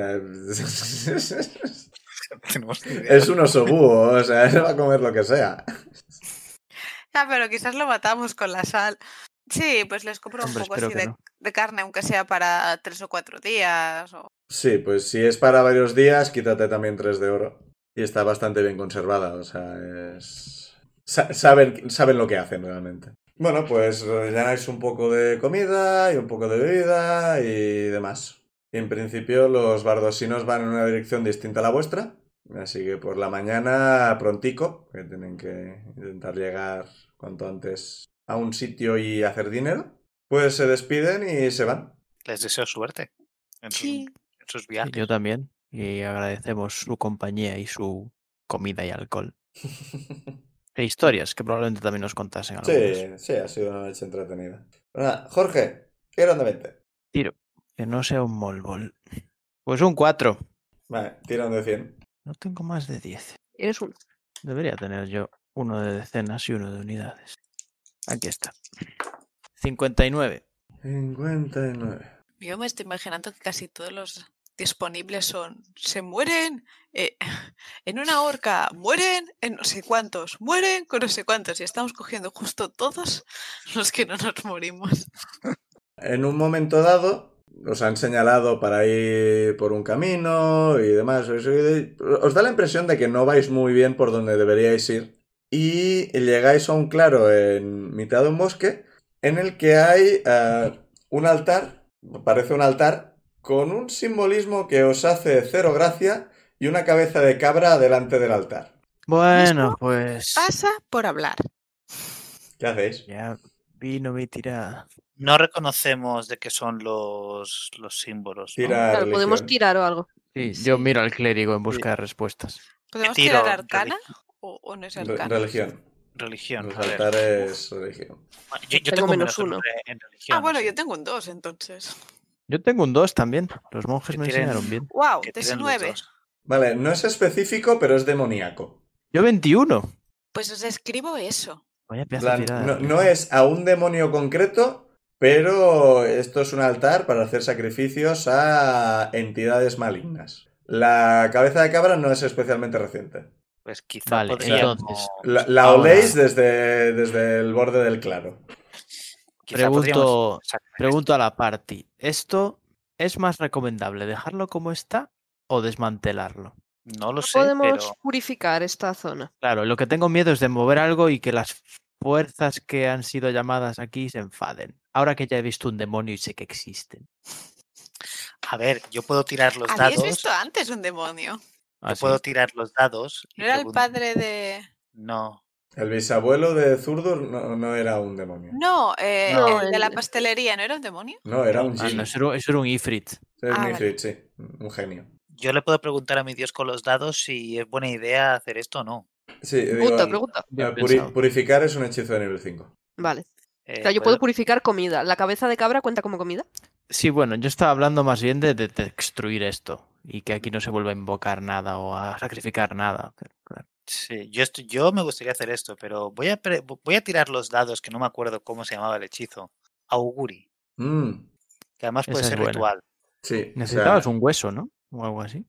es
No tenemos ni idea.
un oso búho, o sea, él va a comer lo que sea.
Ah, pero quizás lo matamos con la sal. Sí, pues les compro
Hombre,
un poco
espero
así
que
de,
no.
de carne, aunque sea para tres o cuatro días. o-
Sí, pues si es para varios días, quítate también tres de oro. Y está bastante bien conservada, o sea, es... sa- saben, saben lo que hacen realmente. Bueno, pues rellenáis un poco de comida y un poco de bebida y demás. Y en principio los bardosinos van en una dirección distinta a la vuestra, así que por la mañana prontico, que tienen que intentar llegar cuanto antes a un sitio y hacer dinero, pues se despiden y se van.
Les deseo suerte en sus,
Sí.
en sus
Y
viajes.
yo también. Y agradecemos su compañía y su comida y alcohol. E historias que probablemente también nos contasen algunas.
Sí, sí, ha sido una noche entretenida. Pero nada, Jorge, ¿qué era de 20?
Que no sea un molbol. Pues un 4.
Vale, tira un de 100.
No tengo más de 10.
Eres un.
Debería tener yo uno de decenas y uno de unidades. Aquí está. 59.
59.
Yo me estoy imaginando que casi todos los disponibles son se mueren eh, en una horca, mueren en no sé cuántos, mueren con no sé cuántos. Y estamos cogiendo justo todos los que no nos morimos.
En un momento dado, os han señalado para ir por un camino y demás. Os- Os da la impresión de que no vais muy bien por donde deberíais ir. Y llegáis a un claro en mitad de un bosque en el que hay eh, un altar, parece un altar, con un simbolismo que os hace cero gracia y una cabeza de cabra delante del altar.
Bueno, pues
Pasa por hablar.
¿Qué hacéis?
ya vino mi tirada.
No reconocemos de qué son los, los símbolos. ¿no?
Tira
Claro, podemos
religión.
tirar o algo.
Sí, Yo miro al clérigo en busca de respuestas.
¿Podemos
tiro
tirar
relig-
arcana? ¿O, o no es
Re-
arcana?
religión.
Religión.
Los
a ver.
altares religión.
Bueno, Yo, yo
Tengo
tengo
menos
menos
uno.
uno en religión.
ah, bueno,
así
yo tengo un 2 entonces.
Yo tengo un 2 también. Los monjes
que
me
tiren-
enseñaron bien.
¡Wow!
que tiren los
19.
dos.
Vale, no es específico, pero es demoníaco.
Yo 21.
Pues os escribo eso.
Vaya pedazo de
Plan,
tirada.
no, no es a un demonio concreto, pero esto es un altar para hacer sacrificios a entidades malignas. La cabeza de cabra no es especialmente reciente.
Pues quizá
Vale,
podríamos-
entonces,
La, la
Ahora-
oléis desde, desde el borde del claro.
quizá podríamos
Pregunto,
sacar esto.
pregunto a la party. ¿Esto es más recomendable dejarlo como está o desmantelarlo?
No lo
No
sé,
podemos
pero
purificar esta zona.
Claro, lo que tengo miedo es de mover algo y que las fuerzas que han sido llamadas aquí se enfaden. Ahora que ya he visto un demonio y sé que existen.
a ver, yo puedo tirar los
¿Habéis
dados.
visto antes un demonio?
Yo
Así,
puedo tirar los dados. y
¿No era el
pregun-
padre de...?
No.
El bisabuelo de Zurdur no, no era un demonio.
No, eh,
No,
el de la
el-
pastelería, ¿no era un demonio?
No, era un
ah,
genio.
no, eso, era, un- eso era un ifrit.
Es
Ah,
Nifrit, sí. Un genio.
Yo le puedo preguntar a mi dios con los dados si es buena idea hacer esto o no.
Sí, digo, eh,
Pregunta, pregunta.
Bien
puri-
pensado.
purificar es un hechizo de nivel 5.
Vale.
Eh,
O sea, yo
puedo-
puedo purificar comida. ¿La cabeza de cabra cuenta como comida?
Sí, bueno, yo estaba hablando más bien de, de, de extruir esto y que aquí no se vuelva a invocar nada o a sacrificar nada. pero claro.
Sí, yo, estu- yo me gustaría hacer esto, pero voy a, pre- vo- voy a tirar los dados, que no me acuerdo cómo se llamaba el hechizo. Auguri,
Mm,
que además puede
Esa es
ser
buena.
ritual.
sí. o
Necesitabas
sea,
un hueso, ¿no? O algo así.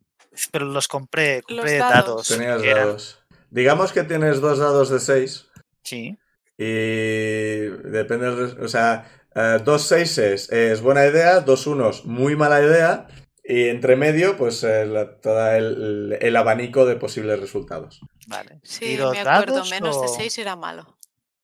Pero los compré,
Los
compré
dados.
dados.
Tenías
que eran-
dados. Digamos que tienes dos dados de 6
Sí,
y depende, del res- o sea, eh, dos seises es buena idea, dos unos muy mala idea y entre medio pues eh, la- toda el, el abanico de posibles resultados.
vale.
Sí, me acuerdo, menos de 6 era malo.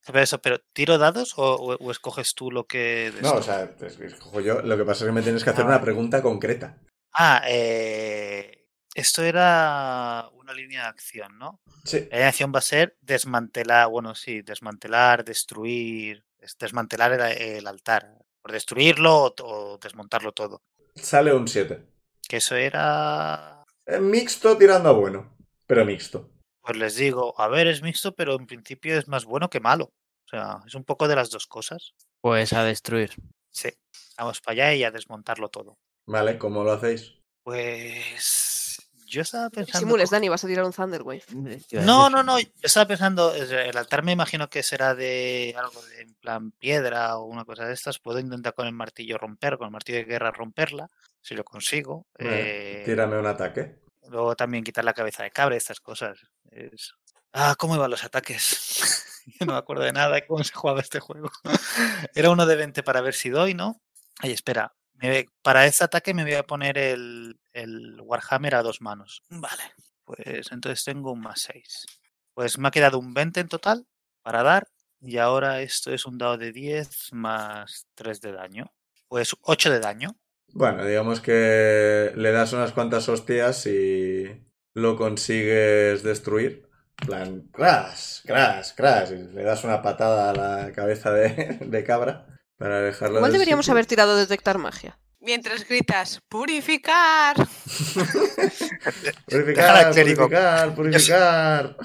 Pero eso, pero ¿tiro dados o, o- o escoges tú lo que... de
No,
esto?
o sea, pues, cojo yo, lo que pasa es que me tienes que hacer
Ah.
una pregunta concreta.
Ah, eh, esto era una línea de acción, ¿no?
Sí.
La línea de acción va a ser desmantelar, bueno, sí, desmantelar, destruir, es- desmantelar el, el altar. Por destruirlo o, t- o desmontarlo todo.
Sale un Eh, 7.
Que eso era...
mixto tirando a bueno, pero mixto.
Pues les digo, a ver, es mixto, pero en principio es más bueno que malo. O sea, es un poco de las dos cosas.
Pues a destruir.
Sí, vamos para allá y a desmontarlo todo.
Vale, ¿cómo lo hacéis?
Pues yo estaba pensando...
Simules, Dani, vas a tirar un Thunderwave.
No, no, no. Yo estaba pensando, el altar me imagino que será de algo de, en plan piedra o una cosa de estas. Puedo intentar con el martillo romper, con el martillo de guerra romperla, si lo consigo.
Vale,
Eh,
Tírame un ataque.
luego también quitar la cabeza de cabra, estas cosas. Es- Ah, ¿cómo iban los ataques? Yo no me acuerdo de nada de cómo se jugaba este juego. Era uno de 20 para ver si doy, ¿no? Ay, espera. me ve- Para este ataque me voy a poner el, el Warhammer a dos manos. Vale. Pues entonces tengo un más 6. Pues me ha quedado un 20 en total para dar. Y ahora esto es un dado de 10 más 3 de daño. Pues 8 de daño.
Bueno, digamos que le das unas cuantas hostias y lo consigues destruir. En plan, crash, crash, crash. Y le das una patada a la cabeza de, de cabra para dejarlo. del
Igual deberíamos
sitio.
haber tirado detectar magia.
Mientras gritas, ¡purificar!
Dejar
Purificar,
al clérigo.
purificar, purificar.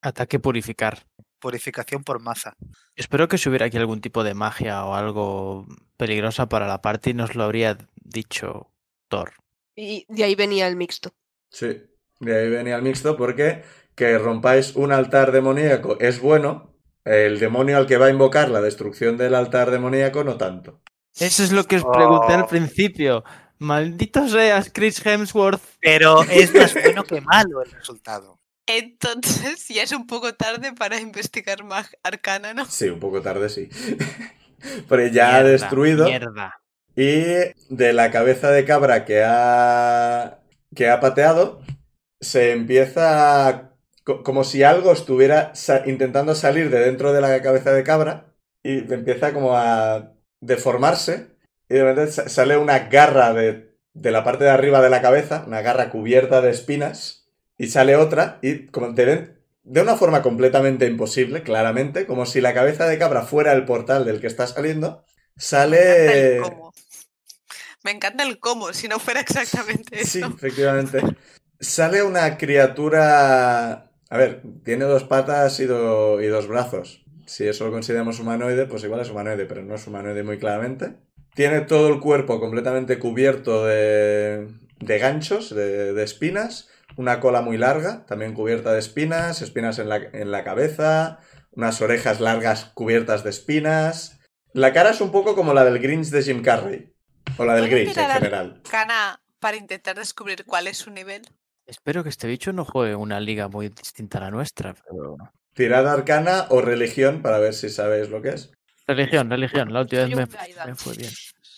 Ataque purificar.
Purificación por maza.
Espero que si hubiera aquí algún tipo de magia o algo peligrosa para la party, nos lo habría dicho Thor.
Y de ahí venía el mixto.
Sí, de ahí venía el mixto porque que rompáis un altar demoníaco es bueno, el demonio al que va a invocar la destrucción del altar demoníaco no tanto.
Eso es lo que os pregunté al
Oh.
principio. Maldito seas, Chris Hemsworth.
Pero es más bueno que malo el resultado.
Entonces ya es un poco tarde para investigar más arcana, ¿no?
Sí, un poco tarde sí. Pero ya ha
Mierda,
destruido
Mierda.
y de la cabeza de cabra que ha que ha pateado se empieza a- co- como si algo estuviera sa- intentando salir de dentro de la cabeza de cabra y empieza como a deformarse y de repente sa- sale una garra de, de la parte de arriba de la cabeza, una garra cubierta de espinas y sale otra y como de, den- de una forma completamente imposible, claramente, como si la cabeza de cabra fuera el portal del que está saliendo,
Me encanta
sale...
el cómo. Me encanta el cómo, si no fuera exactamente
Sí,
eso.
efectivamente. Sale una criatura. A ver, tiene dos patas y, do- y dos brazos. Si eso lo consideramos humanoide, pues igual es humanoide, pero no es humanoide muy claramente. Tiene todo el cuerpo completamente cubierto de, de ganchos, de, de espinas. Una cola muy larga, también cubierta de espinas. Espinas en la, en la cabeza. Unas orejas largas cubiertas de espinas. La cara es un poco como la del Grinch de Jim Carrey. O la del
¿Puedo
Grinch en
tirar
general.
Arcana para intentar descubrir cuál es su nivel.
Espero que este bicho no juegue una liga muy distinta a la nuestra. pero-
Tirad arcana o religión para ver si sabéis lo que es.
Religión, religión. La última
Soy
vez me,
un gaida.
me fue bien.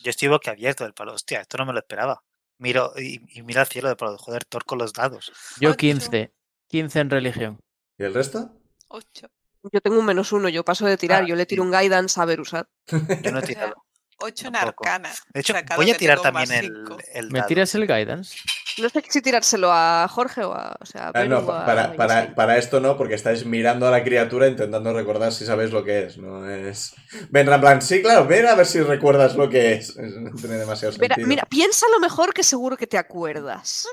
Yo estoy boquiabierto del palo. Hostia, esto no me lo esperaba. Miro y, y miro al cielo de palo. Joder, torco los dados.
Yo
Ocho.
15. 15 en religión.
¿Y el resto?
8.
Yo tengo un menos uno, yo paso de tirar,
Ah,
yo le tiro
sí.
un guidance a ver usar.
Yo no he tirado.
8 en
Tampoco. Eh,
arcana.
De hecho,
sacado
voy a
que
tirar
tengo más
también el,
cinco.
el
¿Me
dado.
tiras el guidance?
No sé si tirárselo a Jorge o a. O sea, a
Ah, no,
Belu o
pa-
a-
para,
yo
para-
sé.
para esto no, porque estáis mirando a la criatura intentando recordar si sabéis lo que es. No es. Vendrá en plan, sí, claro, ven a ver si recuerdas lo que es. Es- No tiene demasiado
Mira,
sentido.
mira, piensa lo mejor que seguro que te acuerdas.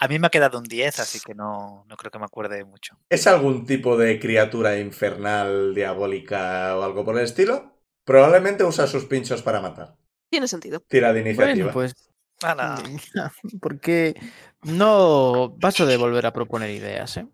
A mí me ha quedado un 10, así que no, no creo que me acuerde mucho.
¿Es algún tipo de criatura infernal, diabólica o algo por el estilo? Probablemente usa sus pinchos para matar.
Tiene sentido.
Tira de
Bueno,
iniciativa.
pues
¡Hala!
Venga, Porque no vas a devolver a proponer ideas, ¿eh?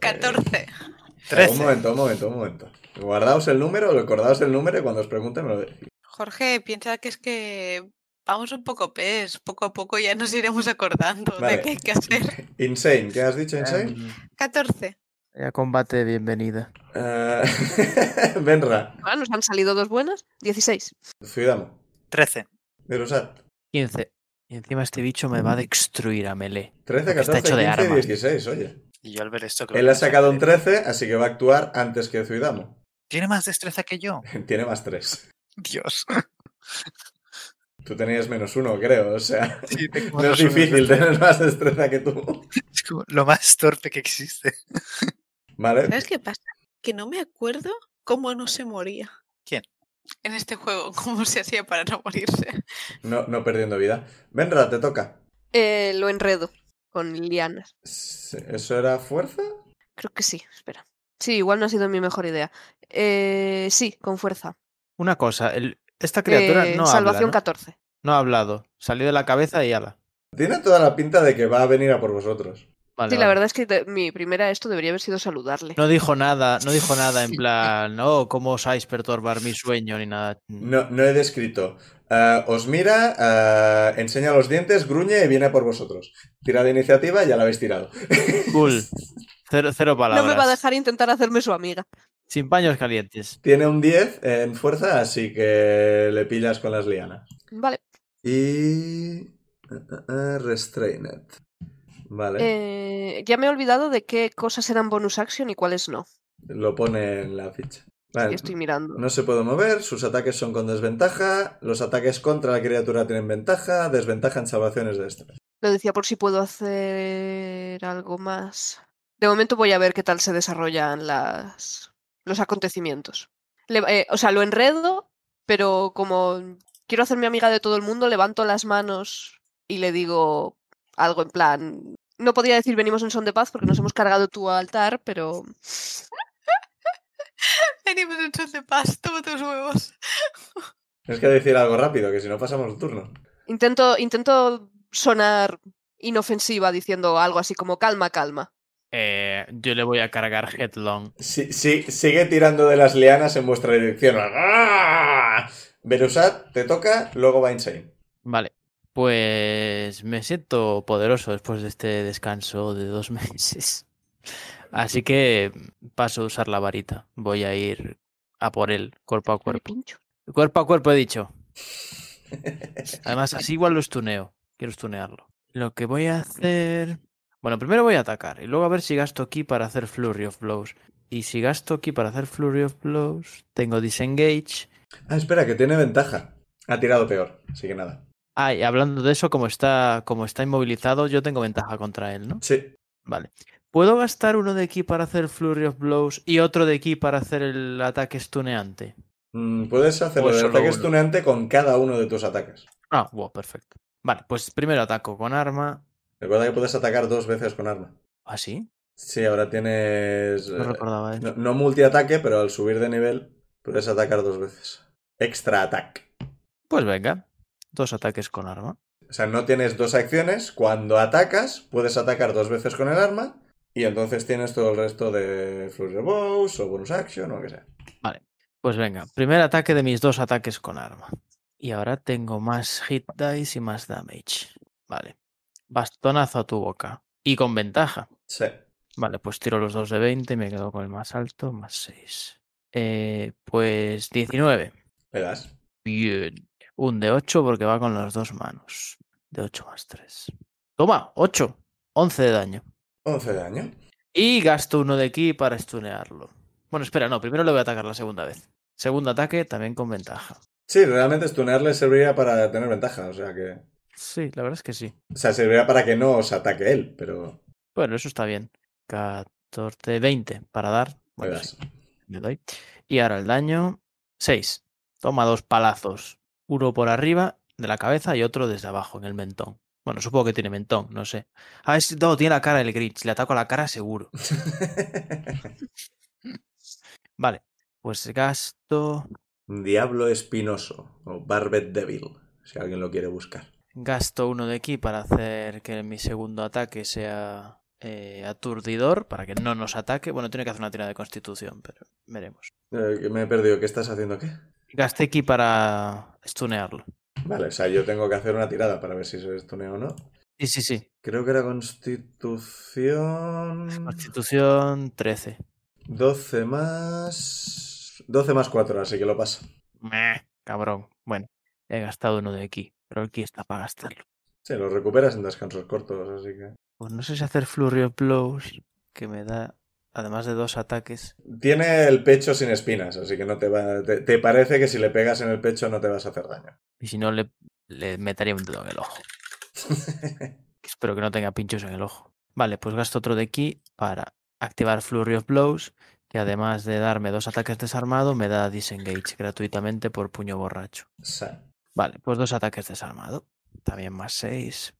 14.
Un
13.
momento, un momento, un momento. Guardaos el número, recordaos el número y cuando os pregunten me lo decís.
Jorge, piensa que es que vamos un poco pez. Poco a poco ya nos iremos acordando
Vale.
de qué hay que hacer.
Insane, ¿qué has dicho, Insane?
Em,
14.
ya combate de bienvenida.
Eh, Benra,
Ah, nos han salido dos buenas. 16.
Zuidamo,
13.
Virusat.
15. Y encima este bicho me va a destruir a melee.
13,
Porque está
14,
hecho
15
de
y
armas.
16, oye.
Y yo al ver esto creo
Él
que
ha
me
sacado un
sorprende.
13, así que va a actuar antes que Zuidamo.
¿Tiene más destreza que yo?
Tiene más 3.
Dios.
Tú tenías menos 1, creo, o sea...
Sí, tengo
No es
menos uno de
difícil
destreza.
tener más destreza que tú.
Es como lo más torpe que existe.
Vale.
¿Sabes qué pasa? Que no me acuerdo cómo no se moría.
¿Quién?
En este juego, cómo se hacía para no morirse.
No, no perdiendo vida. Benra, te toca.
Eh, lo enredo. con lianas.
¿Eso era fuerza?
Creo que sí, espera. Sí, igual no ha sido mi mejor idea. Eh, sí, con fuerza.
Una cosa, el- esta criatura
Eh,
no
salvación
habla. ¿no?
14.
No ha hablado. Salió de la cabeza y ala.
Tiene toda la pinta de que va a venir a por vosotros.
Vale,
sí, la
vale.
verdad es que de- mi primera esto debería haber sido saludarle.
No dijo nada, no dijo nada en plan, no, ¿cómo osáis perturbar mi sueño ni nada?
No, no he descrito. Ah, os mira, ah, enseña los dientes, gruñe y viene a por vosotros. Tira de iniciativa, ya la habéis tirado.
Cool. Cero, cero
No
palabras.
me va a dejar intentar hacerme su amiga.
Sin paños calientes.
Tiene un 10 en fuerza, así que le pillas con las lianas.
Vale.
Y... ah, ah, ah, restrained. Vale.
Eh, ya me he olvidado de qué cosas eran bonus action y cuáles no.
Lo pone en la ficha.
que
Vale.
estoy mirando.
No se puede mover, sus ataques son con desventaja, los ataques contra la criatura tienen ventaja, desventaja en salvaciones de estrés.
Lo decía por si puedo hacer algo más. De momento voy a ver qué tal se desarrollan las, los acontecimientos. Le- eh, o sea, lo enredo, pero como quiero hacerme amiga de todo el mundo, levanto las manos y le digo algo en plan. No podría decir venimos en son de paz porque nos hemos cargado tu altar, pero
Venimos en son de paz, toma tus huevos.
Es que decir algo rápido, que si no pasamos el turno.
intento, intento sonar inofensiva diciendo algo así como calma, calma.
Eh, yo le voy a cargar headlong.
Sí, sí, sigue tirando de las lianas en vuestra dirección. ¡Ah! Berusat, te toca, luego va Insane.
Vale. Pues me siento poderoso después de este descanso de dos meses. Así que paso a usar la varita. Voy a ir a por él, cuerpo a
Le
cuerpo.
pincho.
Cuerpo a cuerpo he dicho. Además, así igual lo estuneo. Quiero estunearlo. Lo que voy a hacer. Bueno, primero voy a atacar y luego a ver si gasto aquí para hacer Flurry of Blows. Y si gasto aquí para hacer Flurry of Blows, tengo Disengage.
Ah, espera, que tiene ventaja. Ha tirado peor, así que nada.
Ah, y hablando de eso, como está, como está inmovilizado, yo tengo ventaja contra él, ¿no?
Sí.
Vale. ¿Puedo gastar uno de aquí para hacer Flurry of Blows y otro de aquí para hacer el ataque stuneante?
Mm, puedes hacerlo
Pues
de
solo
ataque
uno.
stuneante con cada uno de tus ataques.
Ah, wow, perfecto. Vale, pues primero ataco con arma.
Recuerda que puedes atacar dos veces con arma.
¿Así?
Sí, ahora tienes...
no
eh,
recordaba eso.
No, no multiataque, pero al subir de nivel puedes atacar dos veces. Extra attack.
Pues venga, dos ataques con arma.
O sea, no tienes dos acciones. Cuando atacas, puedes atacar dos veces con el arma. Y entonces tienes todo el resto de Flurry of Blows o Bonus Action o lo que sea.
Pues venga, primer ataque de mis dos ataques con arma. Y ahora tengo más hit dice y más damage. Vale. Bastonazo a tu boca. Y con ventaja.
Sí.
Vale, pues tiro los dos de 20 y me quedo con el más alto, más 6. pues 19.
Le das.
Bien. Un de 8 porque va con las dos manos. De 8 más 3. Toma, 8. 11 de daño.
11 de daño.
Y gasto uno de ki para stunearlo. Bueno, espera, no, primero le voy a atacar la segunda vez. Segundo ataque también con ventaja.
Sí, realmente stunear le serviría para tener ventaja. O sea que.
Sí, la verdad es que sí.
O sea, serviría para que no os ataque él, pero.
Bueno, eso está bien. 14, 20 para dar.
Le
Bueno,
das.
sí, le doy. Y ahora el daño. 6. Toma dos palazos. Uno por arriba de la cabeza y otro desde abajo, en el mentón. Bueno, supongo que tiene mentón, no sé. Ah, es, no, tiene la cara el Grinch. Le ataco a la cara seguro. Vale, pues gasto.
Diablo espinoso o Barbet Devil, si alguien lo quiere buscar.
Gasto uno de aquí para hacer que mi segundo ataque sea eh, aturdidor, para que no nos ataque. Bueno, tiene que hacer una tirada de constitución, pero veremos.
Eh, que me he perdido. ¿Qué estás haciendo qué?
Gasté aquí para stunearlo.
Vale, o sea, yo tengo que hacer una tirada para ver si se estunea o no.
Sí, sí, sí.
Creo que era Constitución.
Constitución 13.
12 más. 12 más 4, así que lo paso.
Meh, cabrón. Bueno, he gastado uno de aquí, pero aquí está para gastarlo.
Sí, lo recuperas en descansos cortos, así que.
Pues no sé si hacer Flurry of Blows, que me da, además de dos ataques.
Tiene el pecho sin espinas, así que no te va. Te, te parece que si le pegas en el pecho no te vas a hacer daño.
Y si no, le, le metería un dedo en el ojo. Espero que no tenga pinchos en el ojo. Vale, pues gasto otro de aquí para activar Flurry of Blows, que además de darme dos ataques desarmado, me da Disengage gratuitamente por puño borracho.
O sea,
Vale, pues dos ataques desarmado. También más 6.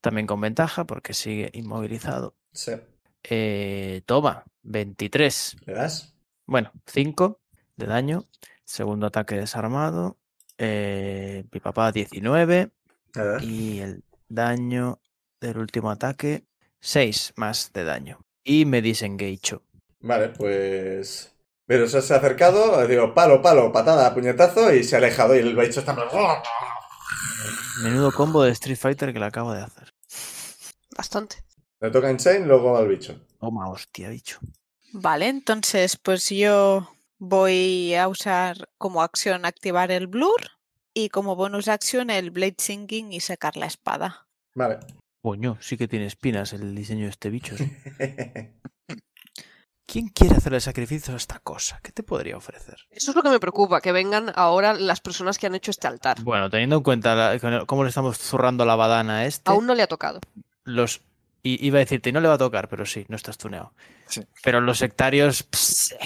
También con ventaja porque sigue inmovilizado.
Sí.
Eh, toma, 23.
¿Le das?
Bueno, 5 de daño. Segundo ataque desarmado. Eh, mi papá 19.
¿Le das?
Y el daño del último ataque, 6 más de daño. Y me disengacho.
Vale, pues. Pero se ha acercado, digo, palo, palo, patada, puñetazo, y se ha alejado. Y el bicho está. en plan, "Uah".
Menudo combo de Street Fighter que le acabo de hacer.
Bastante.
Le toca en Shane, luego al bicho.
Toma, hostia, bicho.
Vale, entonces pues yo voy a usar como acción activar el blur y como bonus acción el blade sinking y sacar la espada.
Vale.
Coño, sí que tiene espinas el diseño de este bicho. sí. ¿Quién quiere hacerle sacrificios a esta cosa? ¿Qué te podría ofrecer?
Eso es lo que me preocupa, que vengan ahora las personas que han hecho este altar.
Bueno, teniendo en cuenta la- con el- cómo le estamos zurrando la badana a este,
Aún no le ha tocado.
los. i- iba a decirte, y no le va a tocar, pero sí, no estás tuneado.
Sí.
Pero los sectarios. pss,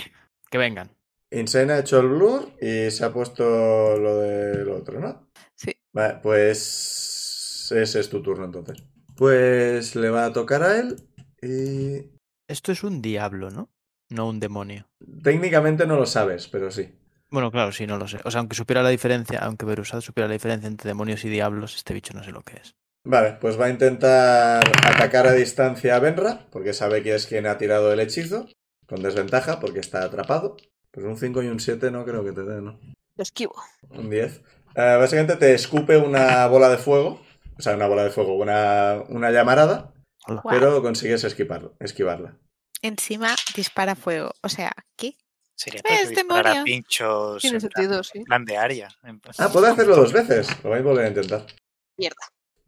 que vengan.
Insane ha hecho el blur y se ha puesto lo del otro, ¿no?
Sí.
Vale, pues. Ese es tu turno entonces. Pues le va a tocar a él y.
Esto es un diablo, ¿no? No un demonio.
Técnicamente no lo sabes, pero sí.
Bueno, claro, sí, no lo sé. O sea, aunque supiera la diferencia, aunque Berusad supiera la diferencia entre demonios y diablos, este bicho no sé lo que es.
Vale, pues va a intentar atacar a distancia a Benra, porque sabe que es quien ha tirado el hechizo, con desventaja, porque está atrapado. Pues un 5 y un 7 no creo que te den, ¿no?
Lo esquivo.
Un 10. Eh, básicamente te escupe una bola de fuego, o sea, una bola de fuego, una, una llamarada,
Hola.
Guau.
pero consigues esquivarla. esquivarla.
Encima dispara fuego. O sea, ¿qué?
Sería
¡Eh,
para
es
que disparara
demonio!
pinchos
Tiene
en plan-
sentido, sí.
plan de área. en plan-
Ah, puedo hacerlo dos veces, lo vais a volver a intentar.
Mierda.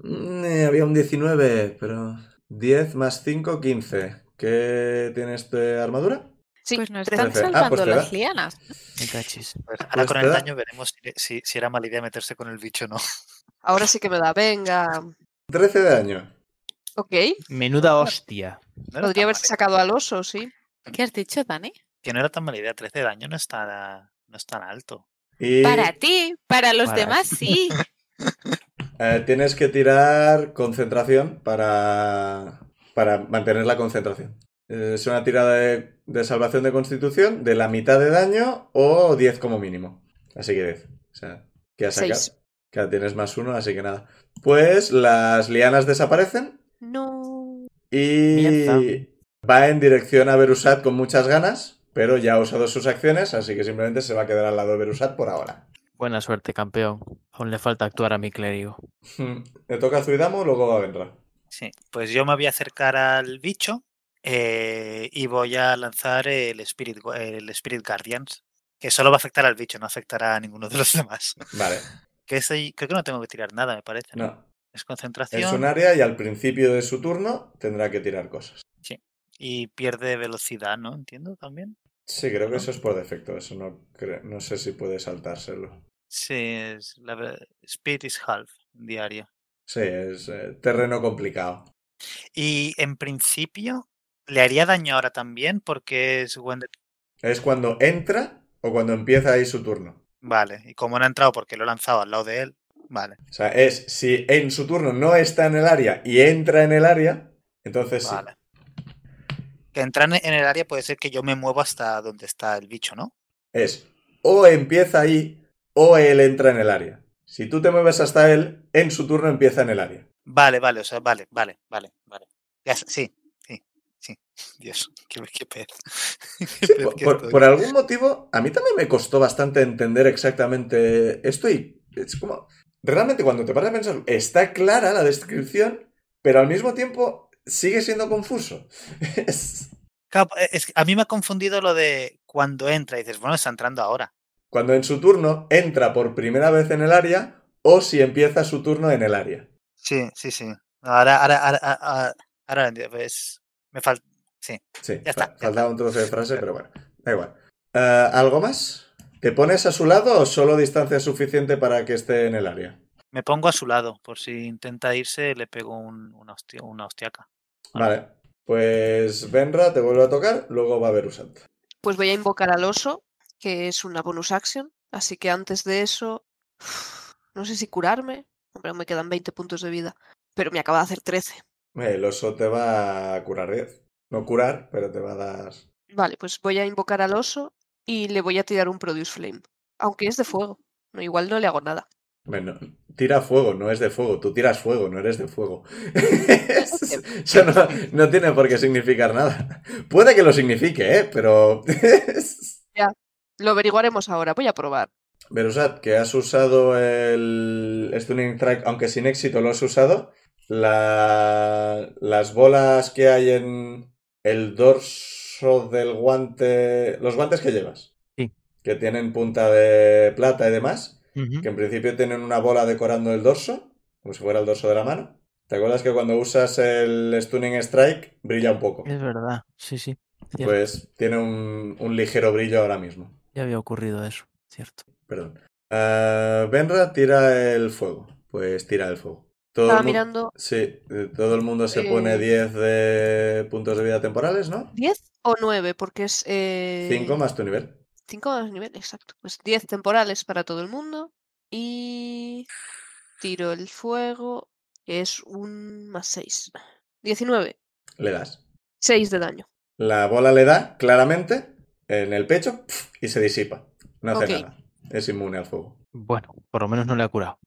Mm, eh, había un 19, pero... 10 más 5, 15. ¿Qué tiene este armadura?
Sí,
pues nos
trece.
están
Trece. Ah,
salvando
pues te
las
da.
lianas.
Me cachis.
Pues ahora con el
espera.
daño veremos si, si- si era mala idea meterse con el bicho o no.
Ahora sí que me da. Venga.
13 de daño.
Ok.
Menuda hostia.
No era tan
Podría haberse
mala-
sacado al oso, sí.
¿Qué has dicho, Dani?
Que no era tan mala idea, 13 de daño no es tan, no es tan alto.
Y...
Para ti, para los
Para
demás sí.
Eh, tienes que tirar concentración para, para mantener la concentración. Eh, es una tirada de, de salvación de constitución de la mitad de daño o 10 como mínimo. Así que 10. O sea, que has sacado.
Seis.
Que tienes más uno, así que nada. Pues las lianas desaparecen
No.
Mierda.
y va en dirección a Berusat con muchas ganas, pero ya ha usado sus acciones, así que simplemente se va a quedar al lado de Berusat por ahora.
Buena suerte, campeón. Aún le falta actuar a mi clérigo.
Le toca a Zuidamo, luego a Benra.
Sí, pues yo me voy a acercar al bicho eh, y voy a lanzar el Spirit, Gu- el Spirit Guardians, que solo va a afectar al bicho, no afectará a ninguno de los demás.
Vale.
Que ese- creo que no tengo que tirar nada, me parece. ¿no?
No,
Es concentración
Es un área y al principio de su turno tendrá que tirar cosas.
y pierde velocidad, ¿no? Entiendo también.
Sí, creo que eso es por defecto. Eso no, cre- no sé si puede saltárselo.
Sí, es la ve- Speed is half diaria.
Sí, es eh, terreno complicado.
Y en principio le haría daño ahora también porque es Wendet
Es cuando entra o cuando empieza ahí su turno.
Vale, y como no ha entrado porque lo he lanzado al lado de él, vale.
O sea, es si en su turno no está en el área y entra en el área, entonces sí.
Vale. Que entrar en el área puede ser que yo me muevo hasta donde está el bicho, ¿no?
Es o empieza ahí o él entra en el área. Si tú te mueves hasta él, en su turno empieza en el área.
Vale, vale, o sea, vale, vale, vale, vale. Ya sé, sí, sí, sí. Dios, qué, qué pez. Qué
Sí,
pez
por,
que
por-
estoy.
por algún motivo, a mí también me costó bastante entender exactamente esto y es como... Realmente cuando te paras a pensar, está clara la descripción, pero al mismo tiempo sigue siendo confuso. Es-
Claro, pues, es que a mí me ha confundido lo de cuando entra y dices, bueno, está entrando ahora.
Cuando en su turno entra por primera vez en el área o si empieza su turno en el área.
Sí, sí, sí. Ahora, ahora, ahora, ah, ah, ahora, pues, me falta.
Sí,
Ya está,
fa-
ya
faltaba un trozo de frase, pero bueno, da igual. Eh, ¿Algo más? ¿Te pones a su lado o solo distancia suficiente para que esté en el área?
Me pongo a su lado, por si intenta irse, le pego un- una, hostia- una hostiaca.
Vale. Pues Benra te vuelve a tocar, luego va a Berusant.
Pues voy a invocar al oso, que es una bonus action. Así que antes de eso. No sé si curarme. Hombre, aún me quedan 20 puntos de vida. pero me acaba de hacer 13.
Eh, El oso te va a curar 10. No curar, pero te va a dar.
Vale, pues voy a invocar al oso y le voy a tirar un Produce Flame. Aunque es de fuego. No, igual no le hago nada.
Bueno, tira fuego, no es de fuego. Tú tiras fuego, no eres de fuego. Eso no, no tiene por qué significar nada. Puede que lo signifique, ¿eh? Pero.
Lo averiguaremos ahora. Voy a probar.
Verusat, que has usado el Stunning Track, aunque sin éxito lo has usado. la- las bolas que hay en el dorso del guante. Los guantes que llevas.
Sí.
Que tienen punta de plata y demás. Que en principio tienen una bola decorando el dorso. Como si fuera el dorso de la mano. ¿Te acuerdas que cuando usas el Stunning Strike brilla un poco?
Es verdad, sí, sí. cierto.
Pues tiene un- un ligero brillo ahora mismo.
Ya había ocurrido eso, cierto.
Perdón. Ah, Benra tira el fuego. Pues tira el fuego. Todo
Estaba
el mu-
mirando
Sí, eh, todo el mundo se
Eh.
pone 10 de puntos de vida temporales, ¿no?
10 o 9, porque es. 5
5 más tu nivel.
más nivel, exacto. Pues 10 temporales para todo el mundo. Y. Tiro el fuego, que es un más 6. 19.
Le das.
6 de daño.
La bola le da claramente en el pecho pf, y se disipa. No hace
Ok.
nada. Es inmune al fuego.
Bueno, por lo menos no le ha curado.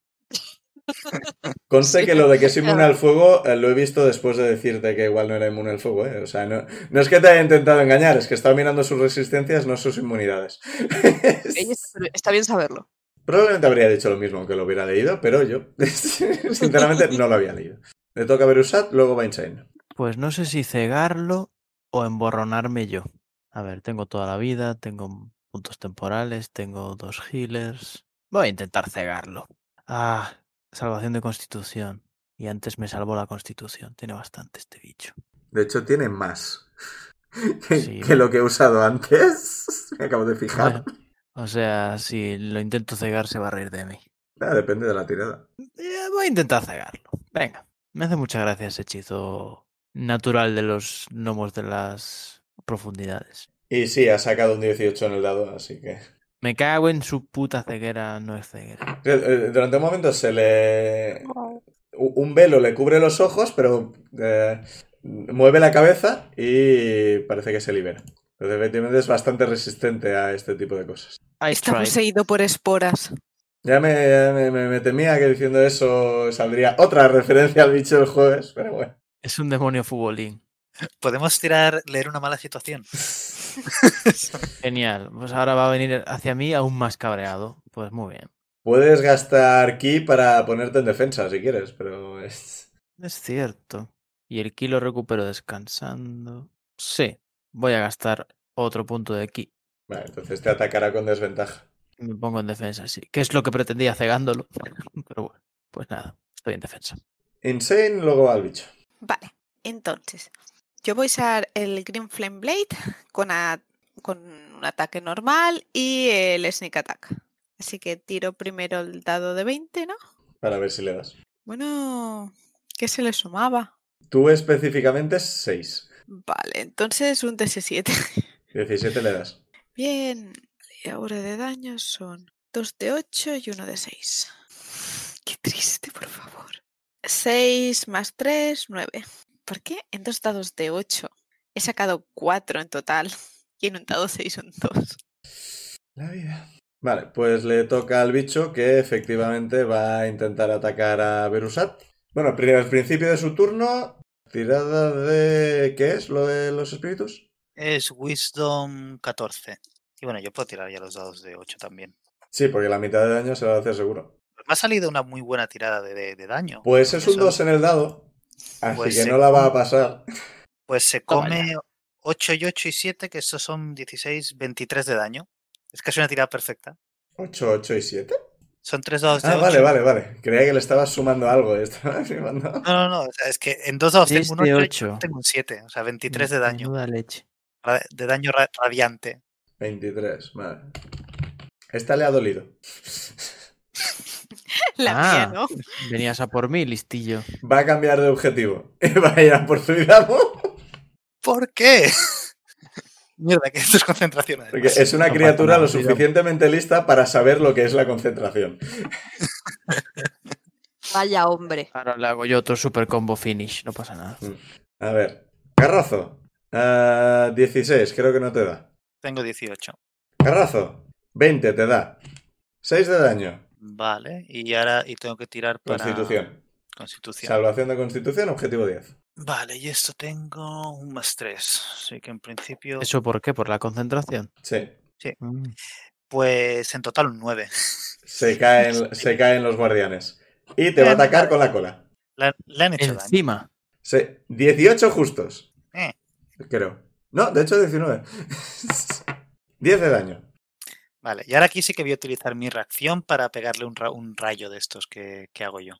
Conste
Sí,
que lo de que es inmune
claro.
al fuego eh, lo he visto después de decirte que igual no era inmune al fuego, ¿eh? O sea, no, no es que te haya intentado engañar, es que estaba mirando sus resistencias, no sus inmunidades.
Ey, está- pero Está bien saberlo.
Probablemente habría dicho lo mismo aunque lo hubiera leído, pero yo, sinceramente, no lo había leído. Le toca a Berusat, luego va Insane.
Pues no sé si cegarlo o emborronarme yo. A ver, tengo toda la vida, tengo puntos temporales, tengo dos healers. Voy a intentar cegarlo. Ah, salvación de constitución. Y antes me salvó la constitución. Tiene bastante este bicho.
De hecho, tiene más que,
Sí.
que lo que he usado antes. Me acabo de fijar.
Bueno, o sea, si lo intento cegar se va a reír de mí.
Ah, depende de la tirada.
Eh, voy a intentar cegarlo. Venga. Me hace mucha gracia ese hechizo natural de los gnomos de las profundidades.
Y sí, ha sacado un 18 en el dado, así que...
Me cago en su puta ceguera, no es ceguera.
Eh, eh, Durante un momento se le... u- Un velo le cubre los ojos, pero eh, mueve la cabeza y parece que se libera. Entonces, efectivamente, es bastante resistente a este tipo de cosas.
I
Está
tried.
poseído por esporas.
Ya me, ya me- me- me temía que diciendo eso saldría otra referencia al bicho del jueves, pero bueno.
Es un demonio futbolín.
Podemos tirar, leer una mala situación.
Genial. Pues ahora va a venir hacia mí aún más cabreado. Pues muy bien.
Puedes gastar ki para ponerte en defensa si quieres, pero es...
Es cierto. Y el ki lo recupero descansando. Sí. Voy a gastar otro punto de ki.
Vale, entonces te atacará con desventaja.
Me pongo en defensa, sí. Que es lo que pretendía cegándolo. Pero bueno, pues nada. Estoy en defensa.
Insane, luego va al bicho.
Vale, entonces, yo voy a usar el Green Flame Blade con, a- con un ataque normal y el Sneak Attack. Así que tiro primero el dado de 20, ¿no?
Para ver si le das.
Bueno, ¿qué se le sumaba?
Tú específicamente 6.
Vale, entonces un DC7.
17 le das.
Bien, y ahora de daño son 2 de 8 y 1 de 6. Qué triste, por favor. 6 más 3, 9. ¿Por qué en dos dados de 8 he sacado 4 en total y en un dado 6 son 2?
La vida. Vale, pues le toca al bicho que efectivamente va a intentar atacar a Berusat. Bueno, pri- al principio de su turno, tirada de... ¿Qué es lo de los espíritus?
Es Wisdom 14. Y bueno, yo puedo tirar ya los dados de 8 también.
Sí, porque la mitad de daño se la va a hacer seguro.
Me ha salido una muy buena tirada de, de- de daño.
Pues es un
Eso-
2 en el dado, así
Pues
que
sí.
no la va a pasar.
Pues se
Toma
come 8 y 8 y 7, que esos son 16, 23 de daño. Es casi una tirada perfecta.
8, 8 y 7.
Son 3 dados de
Ah,
8.
vale, vale, vale. Creía que le estabas sumando algo. eh, Estaba sumando.
No, no, no. o sea, es que en dos dados
Tres
tengo un
de
8,
ocho.
tengo un 7. O sea, 23 de
Me
daño.
menuda leche.
ra- De daño ra- radiante.
23, vale. Esta le ha dolido.
La
Ah.
mía, ¿no?
Venías a por mí, listillo.
Va a cambiar de objetivo. Va a ir a por su dinamo,
¿Por qué? Mierda, que esto es concentración.
Porque
además.
es una
No
criatura
pasa nada,
lo suficientemente lista para saber lo que es la concentración.
Vaya hombre.
Ahora le hago yo otro super combo finish, no pasa nada.
A ver. Carrazo. Ah, 16, creo que no te da.
Tengo 18.
Carrazo. 20 te da. 6 de daño.
Vale. Y ahora y tengo que tirar para.
Constitución.
Constitución.
Salvación de constitución, objetivo 10.
Vale, y esto tengo un más 3. Así que en principio.
¿Eso por qué? ¿Por la concentración?
Sí.
Mm,
Pues en total un 9.
Se caen, se caen los guardianes. Y te va a atacar con la cola.
La- Le han hecho daño.
Encima.
Sí. 18 justos.
Eh.
Creo. No, de hecho 19. 10 de daño.
Vale, y ahora aquí sí que voy a utilizar mi reacción para pegarle un, ra- un rayo de estos que, que hago yo.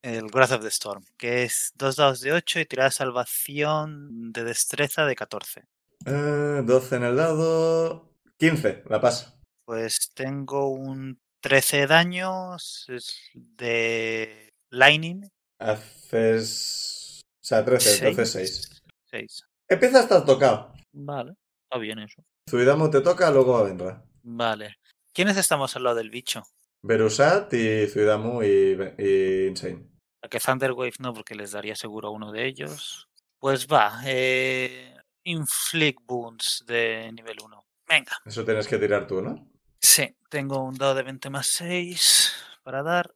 El Wrath of the Storm, que es dos dados de 8 y tirada de salvación de destreza de 14.
Eh, 12 en el dado. 15, la pasa.
Pues tengo un 13 de daños es de Lightning.
Haces. O sea, 13, entonces 6.
6.
Empieza a estar tocado.
Vale, está bien eso.
Zuidamo te toca, luego Avenra.
Vale. ¿Quiénes estamos al lado del bicho?
Berusat y Zuidamu y, y Insane.
A que Thunderwave no, porque les daría seguro a uno de ellos. Pues va, eh, Inflict Wounds de nivel 1. Venga.
Eso tienes que tirar tú, ¿no?
Sí, tengo un dado de 20 más 6 para dar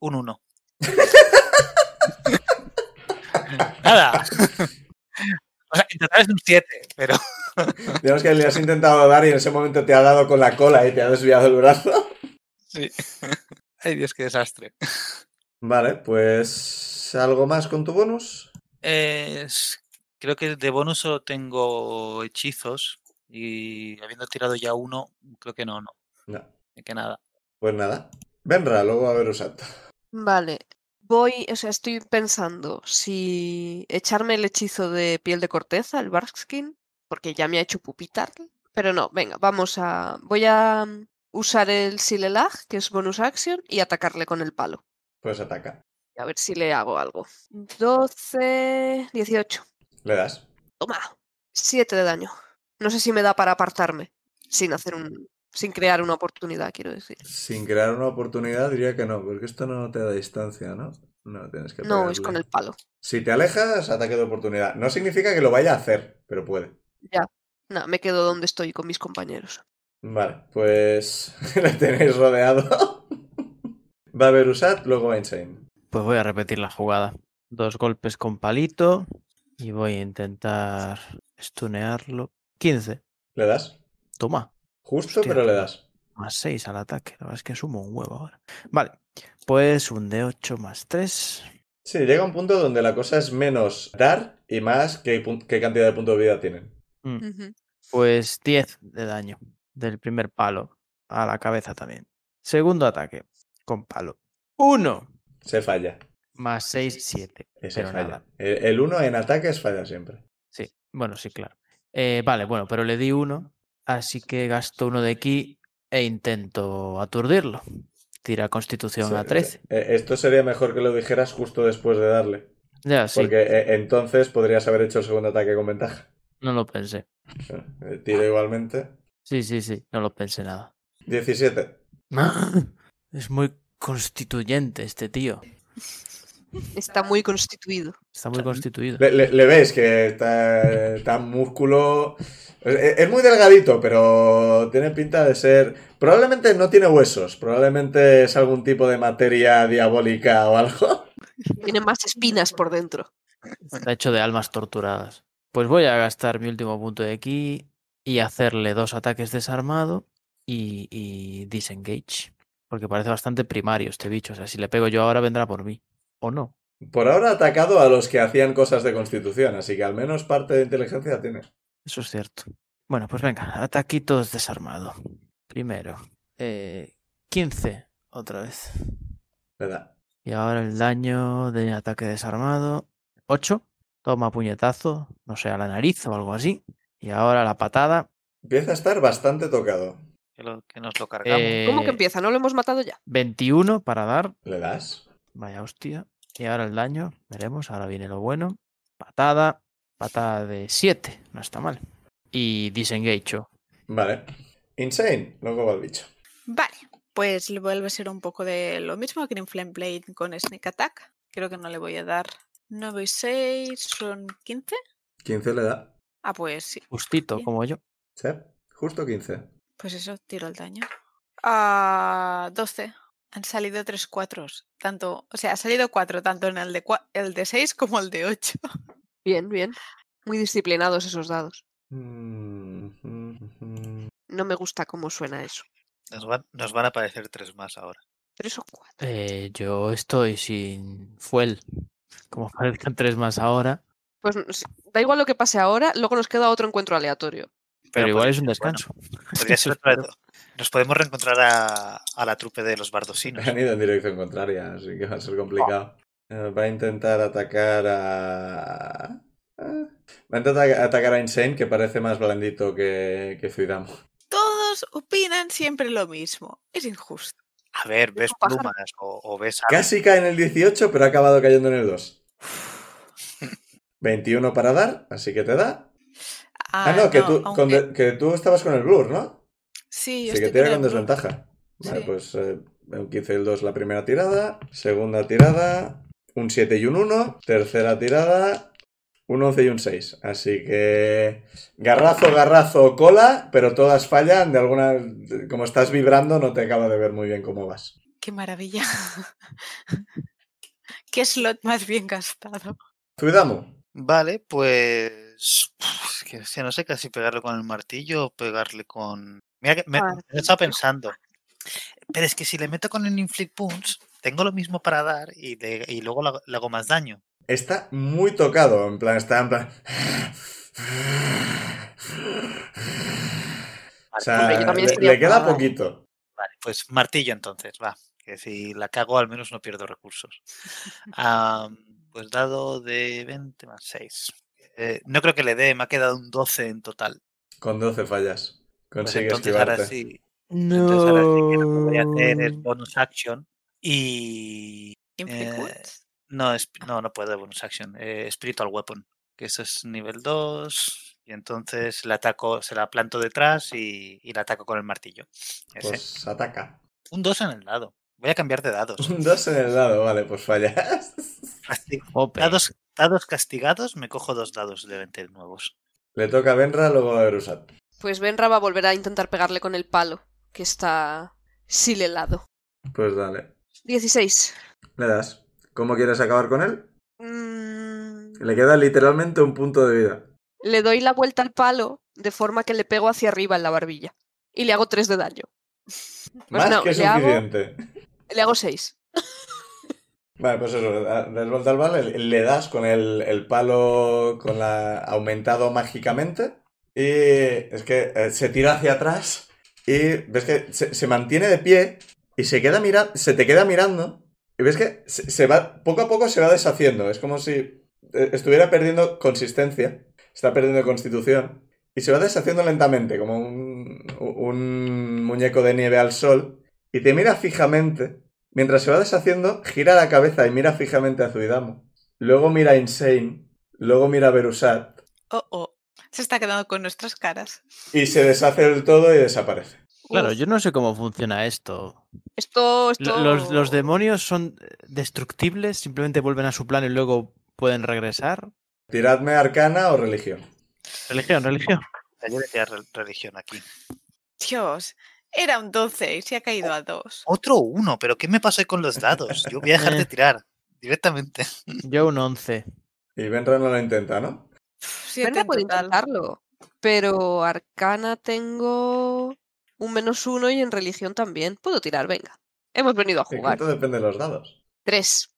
un 1. Nada. O sea, en total es un 7, pero
Digamos que le has intentado dar y en ese momento te ha dado con la cola y te ha desviado el brazo.
sí. Ay, Dios, qué desastre.
Vale, pues. ¿Algo más con tu bonus?
Es- creo que de bonus solo tengo hechizos y habiendo tirado ya uno, creo que no, no.
No.
Así Que nada.
Pues nada. Venra, luego a Berusat.
Vale. Voy, o sea, estoy pensando si echarme el hechizo de piel de corteza, el Barkskin, porque ya me ha hecho pupitar. Pero no, venga, vamos a. Voy a mm, usar el Silelag, que es bonus action, y atacarle con el palo.
Pues ataca.
A ver si le hago algo. 12, 18.
Le das.
Toma. 7 de daño. No sé si me da para apartarme. Sin hacer un. Sin crear una oportunidad, quiero decir.
Sin crear una oportunidad diría que no, porque esto no te da distancia, ¿no? No, tienes que
No, es con
pegarle.
el palo.
Si te alejas, ataque de oportunidad. No significa que lo vaya a hacer, pero puede.
No, me quedo donde estoy con mis compañeros.
Vale, pues le tenéis rodeado. Va a haber Usat, luego va Insane.
Pues voy a repetir la jugada. Dos golpes con palito. Y voy a intentar stunearlo. 15.
¿Le das?
Toma.
Justo,
Hostia.
pero le das.
Más 6 al ataque. La verdad es que sumo un huevo ahora. Vale. Pues un de 8 más 3.
Sí, llega un punto donde la cosa es menos dar y más qué, pun- qué cantidad de puntos de vida tienen.
Mm.
Ujú.
Pues 10 de daño. Del primer palo. A la cabeza también. Segundo ataque. Con palo. 1
Se falla.
más 6, 7.
Ese
Pero
falla. E,
nada.
El- El 1 en ataques falla siempre.
Sí, bueno, sí, claro. Eh, vale, bueno, pero le di uno, así que gasto uno de aquí e intento aturdirlo. Tira constitución a
Sí,
13.
eh, Esto sería mejor que lo dijeras justo después de darle.
Ya, sí,
Porque eh, entonces podrías haber hecho el segundo ataque con ventaja.
no lo pensé.
Eh,
Ah.
Tiro igualmente.
Sí, sí, sí, no lo pensé nada.
17.
Es muy constituyente este tío.
Está muy constituido.
Está muy constituido.
Le, le- le veis que está, está músculo. Es, es muy delgadito, pero tiene pinta de ser. Probablemente no tiene huesos. Probablemente es algún tipo de materia diabólica o algo.
Tiene más espinas por dentro.
Está hecho de almas torturadas. Pues voy a gastar mi último punto de aquí y hacerle dos ataques desarmado y, y disengage. Porque parece bastante primario este bicho. O sea, si le pego yo ahora vendrá por mí. ¿O no?
Por ahora ha atacado a los que hacían cosas de constitución, así que al menos parte de inteligencia tiene.
Eso es cierto. Bueno, pues venga, ataquitos desarmado. Primero, eh, 15 otra vez.
Le da.
Y ahora el daño de ataque desarmado. 8. Toma puñetazo, no sé, a la nariz o algo así. Y ahora la patada.
Empieza a estar bastante tocado.
Que, lo- que nos lo cargamos.
¿Cómo
eh,
que empieza? ¿No lo hemos matado ya?
21 para dar.
¿Le das?
Vaya hostia. Y ahora el daño. Veremos. Ahora viene lo bueno. Patada. Patada de 7. No está mal. Y disengage.
Vale. Insane. Luego va el bicho.
Vale, Pues le vuelve a ser un poco de lo mismo que en Flame Blade con Sneak Attack. Creo que no le voy a dar 9 y 6, son 15.
15 le da.
Ah, pues sí.
Justito,
Bien.
como yo.
Sí, justo 15.
Pues eso, tiro el daño. Ah, 12. Han salido tres cuatros. Tanto, o sea, ha salido cuatro, tanto en el de, cua- el de 6 como el de 8.
Bien, bien. Muy disciplinados esos dados.
Mm, mm, mm.
No me gusta cómo suena eso.
Nos van, nos van a aparecer tres más ahora.
Tres o cuatro.
Eh, yo estoy sin fuel. Como parezcan tres más ahora.
Pues n- sí, da igual lo que pase ahora, luego nos queda otro encuentro aleatorio.
Pero, igual es un
pues, bueno,
descanso.
Podría ser otra vez. Nos podemos reencontrar a, a la trupe de los bardosinos.
Han ido en dirección contraria, así que va a ser complicado. Eh, Va a intentar atacar a. Ah. Va a intentar atacar a Insane, que parece más blandito que, que Zuidamo.
Todos opinan siempre lo mismo. Es injusto.
A ver, ves
un pájaro.
plumas o, o ves algo.
Casi cae en el 18, pero ha acabado cayendo en el 2. 21 para dar, así que te da. Ah, no, que, tú, con
aunque-
de- que tú estabas con el blur, ¿no?
Sí, yo
Así que
estoy
tira con
el blur.
desventaja. Vale,
este Sí.
pues eh, un 15 y el 2 la primera tirada, segunda tirada, un 7 y un 1, tercera tirada, un 11 y un 6. Así que garrazo, garrazo, cola, pero todas fallan de alguna... Como estás vibrando no te acaba de ver muy bien cómo vas.
Qué maravilla. Qué slot más bien gastado.
Zuidamu,
Vale, pues. es Que, o sea, no sé casi pegarle con el martillo o pegarle con. Mira que me,
Ah,
me he estado pensando. Pero es que si le meto con el Inflict Punch, tengo lo mismo para dar y, le- y luego le hago- le hago más daño.
está muy tocado, en plan, está en plan... O
Vale,
sea,
Hombre, yo también
le-
sería
le queda
enfadada.
poquito.
Vale, pues martillo entonces, va. Que si la cago al menos no pierdo recursos. Am, pues dado de 20 más 6. no creo que le dé, me ha quedado un 12 en total.
Con 12 fallas.
Pues
Consigues
entonces ahora
esquivarte.
sí. Entonces ahora sí que lo que voy a hacer es bonus action. Y.
Inflict
Eh,
wounds.
No, es- no, no puedo bonus action. eh, spiritual Weapon. Que eso es nivel 2. Y entonces la ataco, se la planto detrás y, y la ataco con el martillo. Ese.
Pues ataca.
Un 2 en el dado. Voy a cambiar de dados.
Un 2 en el lado, vale, pues fallas.
Castigo-
Jope.
Dados, dados castigados, me cojo dos dados de 20 nuevos.
Le toca a Benra, luego a Erusat.
Pues Benra va a volver a intentar pegarle con el palo, que está silelado.
Pues dale.
16.
Le das. ¿Cómo quieres acabar con él?
Mm,
Le queda literalmente un punto de vida.
le doy la vuelta al palo de forma que le pego hacia arriba en la barbilla. Y le hago 3 de daño. Pues
Más
no,
que
le hago-
suficiente.
Le hago 6.
Vale, pues eso, da- das vuelta al bala, le- le das con el, el palo con la, aumentado mágicamente y es que eh, se tira hacia atrás y ves que se, se mantiene de pie y se, queda mira, se te queda mirando y ves que se, se va, poco a poco se va deshaciendo, es como si eh, estuviera perdiendo consistencia, está perdiendo constitución y se va deshaciendo lentamente como un, un muñeco de nieve al sol y te mira fijamente. Mientras se va deshaciendo, gira la cabeza y mira fijamente a Zuidamo. Luego mira a Insane, luego mira a Berusat
Oh, oh. Se está quedando con nuestras caras.
y se deshace del todo y desaparece.
Claro,
Uf,
yo no sé cómo funciona esto.
Esto,
Lo-
esto...
Los, los demonios son eh, destructibles, simplemente vuelven a su plano y luego pueden regresar.
Tiradme arcana o religión.
Religión, religión.
Yo decía re- religión aquí.
Dios, era un 12 y se ha caído a 2.
Otro uno, pero ¿qué me pasó con los dados? Yo voy a dejar de
Eh.
tirar directamente.
Yo un 11.
Y Benra no lo intenta, ¿no?
Venga, puedo intentarlo. Pero arcana tengo un menos uno y en religión también. Puedo tirar, venga. Hemos venido a
Que
jugar.
esto depende de los dados.
Tres.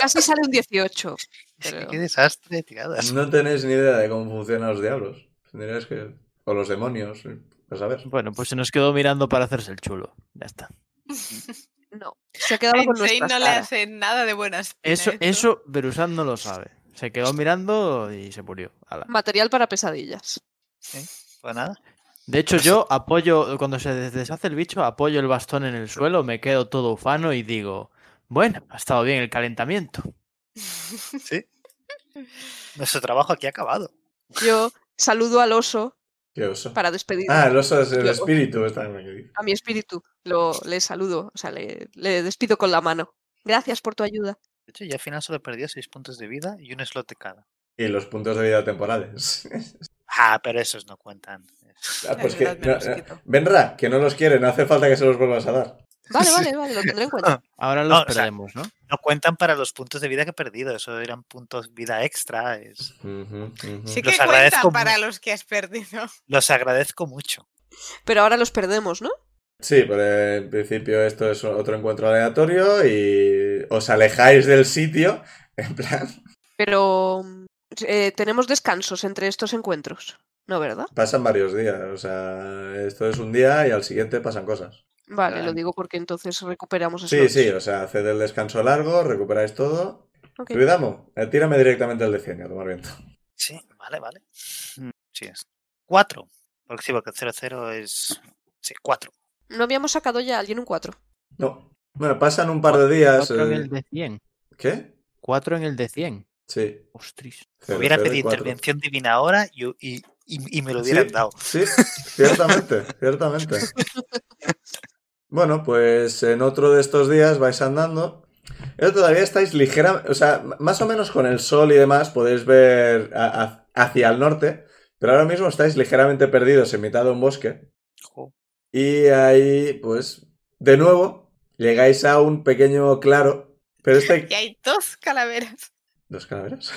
Casi sale un 18.
Es que
pero-
Qué desastre de tiradas.
no tenéis ni idea de cómo funcionan los diablos. Tendrías que... O los demonios, a saber.
Bueno, pues se nos quedó mirando para hacerse el chulo. Ya está.
No. Se ha
A
quedado con
Insane
nuestras
no le
caras.
hace nada de ¿eh? buenas.
Eso, eso Berusán no lo sabe. Se quedó mirando y se murió. Ala.
Material para pesadillas.
Pues nada.
De hecho, yo apoyo, cuando se des- deshace el bicho, apoyo el bastón en el suelo, me quedo todo ufano y digo, bueno, ha estado bien el calentamiento.
Nuestro trabajo aquí ha acabado.
Yo saludo al oso
¿Qué oso?
para despedir
Ah, el oso es el
Yo-
espíritu. está bien.
a mi espíritu. Lo, le saludo, o sea, le, le despido con la mano. Gracias por tu ayuda.
De hecho, ya al final solo he perdido 6 puntos de vida y un slot de cada.
Y los puntos de vida temporales.
Ah, pero esos no cuentan.
Ah, pues
Es
que,
verdad, me los
no, no.
quito.
Benra, que no los quiere, no hace falta que se los vuelvas a dar.
Vale, vale, vale, lo tendré en cuenta.
Ahora
No,
los
o sea,
perdemos, ¿no?
No cuentan para los puntos de vida que he perdido. Eso eran puntos vida extra. es-
Ujú, ujú.
Sí
Los
que cuenta
agradezco
para los que has perdido.
Los agradezco mucho.
Pero ahora los perdemos, ¿no?
Sí, pero eh, en principio esto es otro encuentro aleatorio y os alejáis del sitio. En plan,
Pero mm, eh, tenemos descansos entre estos encuentros, ¿no, verdad?
pasan varios días. O sea, esto es un día y al siguiente pasan cosas.
Vale, lo
Claro.
digo porque entonces recuperamos
Sí,
slots.
sí, o sea, haced el descanso largo, recuperáis todo.
Ok.
Cuidamo, eh, tírame directamente al de 100 y a tomar viento.
Sí, vale, vale. Mm, Sí, es. 4. Porque sí, porque el 0-0 es. Sí, 4.
No habíamos sacado ya a alguien un 4.
No. Bueno, pasan un par de días.
Cuatro en
eh,
el de 100.
¿Qué?
Cuatro en el de 100.
Sí.
Ostris.
cero,
hubiera
cero y
pedido
cuatro.
intervención divina ahora y, y- y- y me lo
Sí,
hubieran dado.
Sí, ciertamente, ciertamente. Bueno, pues en otro de estos días vais andando. Pero todavía estáis ligera, o sea, m- más o menos con el sol y demás podéis ver a- a- hacia el norte, pero ahora mismo estáis ligeramente perdidos en mitad de un bosque.
Jo,
Y ahí, pues, de nuevo, llegáis a un pequeño claro, pero este...
Y hay dos calaveras.
¿Dos calaveras?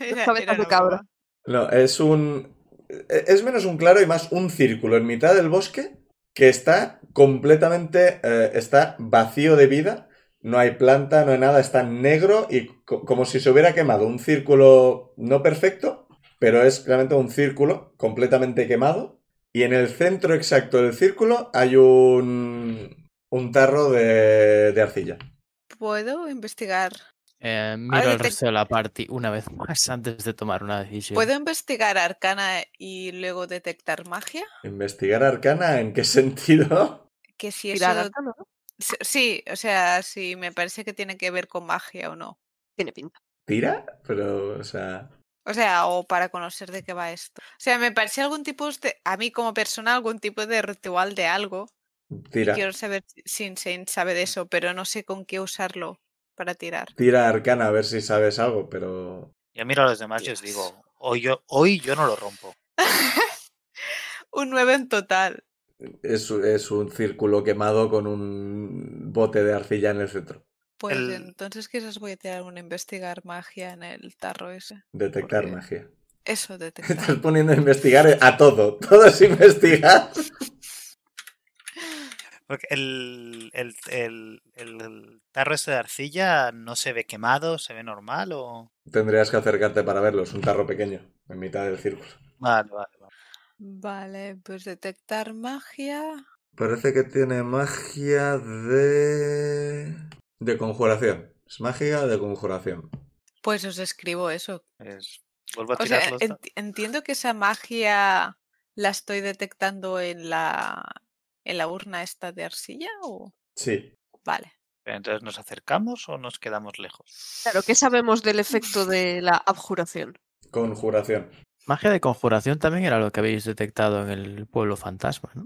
Era-
cabezas
era
de
una
cabra.
broma.
No, es un. e, Es menos un claro y más un círculo en mitad del bosque que está completamente. eh, está vacío de vida. No hay planta, no hay nada, está negro y co- como si se hubiera quemado. Un círculo no perfecto, pero es claramente un círculo completamente quemado. Y en el centro exacto del círculo hay un. un tarro de, de arcilla.
¿Puedo investigar?
Eh, miro al
detec-
resto de la party una vez más antes de tomar una decisión.
¿Puedo investigar arcana y luego detectar magia?
¿Investigar arcana? ¿En qué sentido?
Que si
Tirar
eso...
arcano, ¿no?
s- Sí, o sea, si me parece que tiene que ver con magia o no.
Tiene pinta.
¿Tira? Pero, o sea.
O sea, o para conocer de qué va esto. O sea, me parece algún tipo de... A mí como persona, algún tipo de ritual de algo.
Tira.
Quiero saber si- si Insane sabe de eso, pero no sé con qué usarlo para tirar.
Tira arcana a ver si sabes algo, pero.
Yo miro a los demás y os
Dios.
digo, hoy yo, hoy yo no lo rompo.
Un 9 en total.
Es, es un círculo quemado con un bote de arcilla en el centro.
Pues
El-
entonces quizás voy a tirar un investigar magia en el tarro ese.
Detectar
Porque-
magia.
Eso detectar.
Estás poniendo a investigar a todo. Todo es investigar.
Porque el, el, el- el- el tarro ese de arcilla no se ve quemado, se ve normal o.
Tendrías que acercarte para verlo. Es un tarro pequeño, en mitad del círculo.
Vale, vale, vale.
Vale, pues detectar magia.
Parece que tiene magia de. de conjuración. Es magia de conjuración.
Pues os escribo eso.
Es- vuelvo a
O
tirar
sea,
los dados.
enti- entiendo que esa magia la estoy detectando en la en la urna esta de arcilla o
Sí.
vale.
Pero Entonces, ¿nos acercamos o nos quedamos lejos?
Claro, ¿qué sabemos del efecto de la abjuración?
Conjuración.
Magia de conjuración también era lo que habéis detectado en el pueblo fantasma, ¿no?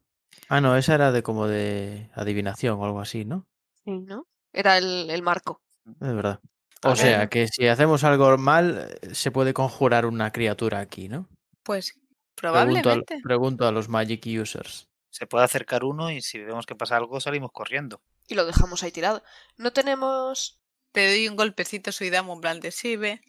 Ah, no, esa era de como de adivinación o algo así, ¿no?
Sí, ¿no? Era el, el marco.
Es verdad.
A
O
ver.
sea, que si hacemos algo mal, eh, se puede conjurar una criatura aquí, ¿no?
Pues
Pregunto al-
probablemente.
pregunto a los Magic Users.
Se puede acercar uno y si vemos que pasa algo salimos corriendo.
Y lo dejamos ahí tirado. No tenemos.
Te doy un golpecito suidamo en plan de sí, ve.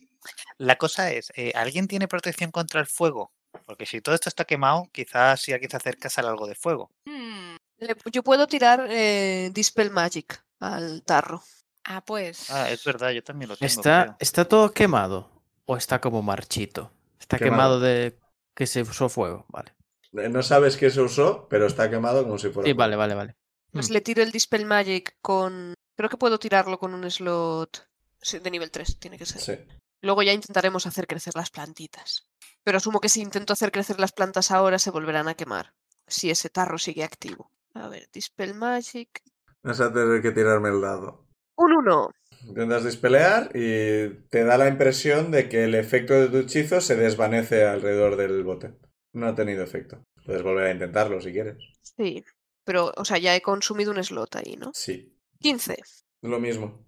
La cosa es, eh, ¿alguien tiene protección contra el fuego? Porque si todo esto está quemado, quizás si alguien se acerca sale algo de fuego.
Hmm,
le- yo puedo tirar eh, Dispel Magic al tarro.
Ah, pues.
Ah, es verdad, yo también lo tengo.
¿Está,
creo.
¿Está todo quemado? ¿O está como marchito? Está
Quemado.
quemado, de que se usó fuego, vale.
Eh, No sabes qué se usó, pero está quemado como si fuera.
Sí, vale, vale, vale.
Pues
Hmm.
le tiro el Dispel Magic con. Creo que puedo tirarlo con un slot sí, de nivel 3, tiene que ser.
Sí.
Luego ya intentaremos hacer crecer las plantitas. Pero asumo que si intento hacer crecer las plantas ahora se volverán a quemar. Si ese tarro sigue activo. A ver, Dispel Magic.
Vas a tener que tirarme el dado.
Un 1.
Intentas dispelear y te da la impresión de que el efecto de tu hechizo se desvanece alrededor del bote. No ha tenido efecto. Puedes volver a intentarlo si quieres.
Sí. Pero, o sea, ya he consumido un slot ahí, ¿no?
Sí.
15.
Lo mismo.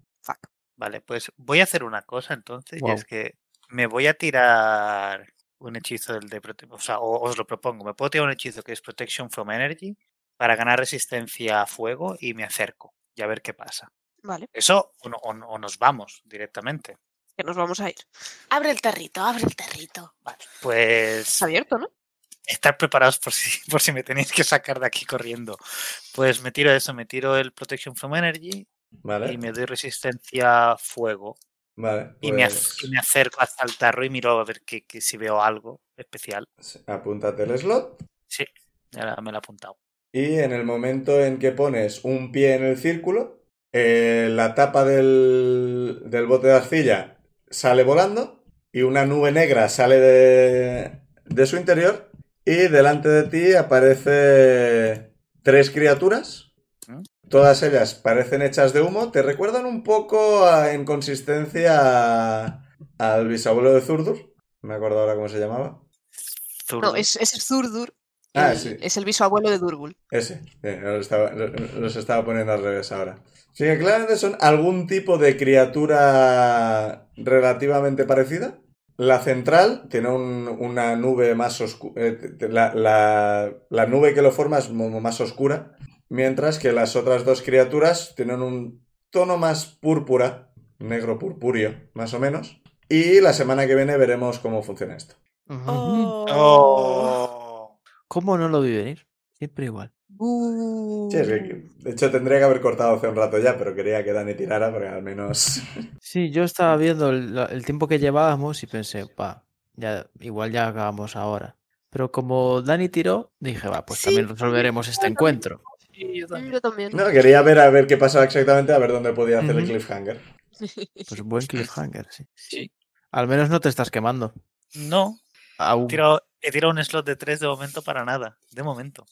Vale, pues voy a hacer una cosa entonces,
Guau.
y es que me voy a tirar un hechizo del de prote- o sea, o- os lo propongo, me puedo tirar un hechizo que es Protection from Energy para ganar resistencia a fuego y me acerco y a ver qué pasa.
Vale.
Eso o, no- o no- o nos vamos directamente.
Que nos vamos a ir.
Abre el tarrito, abre el tarrito.
Vale, pues
Está abierto, ¿no?
estar preparados por si, por si me tenéis que sacar de aquí corriendo. Pues me tiro eso, me tiro el Protection from Energy
Vale.
y me doy resistencia a fuego.
Vale.
Y me, ac-
pues,
y me acerco hasta el tarro y miro a ver que, que si veo algo especial.
Apúntate el slot.
Ya me lo he apuntado.
Y en el momento en que pones un pie en el círculo, eh, la tapa del, del bote de arcilla sale volando y una nube negra sale de, de su interior y delante de ti aparece tres criaturas.
¿Mm?
Todas ellas parecen hechas de humo, te recuerdan un poco a- en consistencia a- al bisabuelo de Zurdur. Me acuerdo ahora cómo se llamaba.
No,
Zurdo.
es, es el Zurdur.
Ah,
el-
sí.
Es el bisabuelo de Durbul.
Ese, bien, los estaba, lo- los estaba poniendo al revés ahora. Sí, que claramente son algún tipo de criatura relativamente parecida. La central tiene un- una nube más oscura. La, la- la nube que lo forma es mo- más oscura. Mientras que las otras dos criaturas tienen un tono más púrpura, negro purpúreo, más o menos. Y la semana que viene veremos cómo funciona esto.
Oh.
¿Cómo no lo vi venir? Siempre igual.
Sí, es que- de hecho, tendría que haber cortado hace un rato ya, pero quería que Dani tirara porque al menos.
Sí, yo estaba viendo el, la- el tiempo que llevábamos y pensé, va, ya, igual ya acabamos ahora. Pero como Dani tiró, dije, va, pues
Sí,
también resolveremos este encuentro.
Mm, Yo también.
No, quería ver a ver qué pasaba exactamente, a ver dónde podía hacer el
Ujú.
cliffhanger.
Pues buen cliffhanger, sí.
Sí.
Al menos no te estás quemando.
No, he
Aún.
tirado, he tirado un slot de 3 de momento para nada. De momento.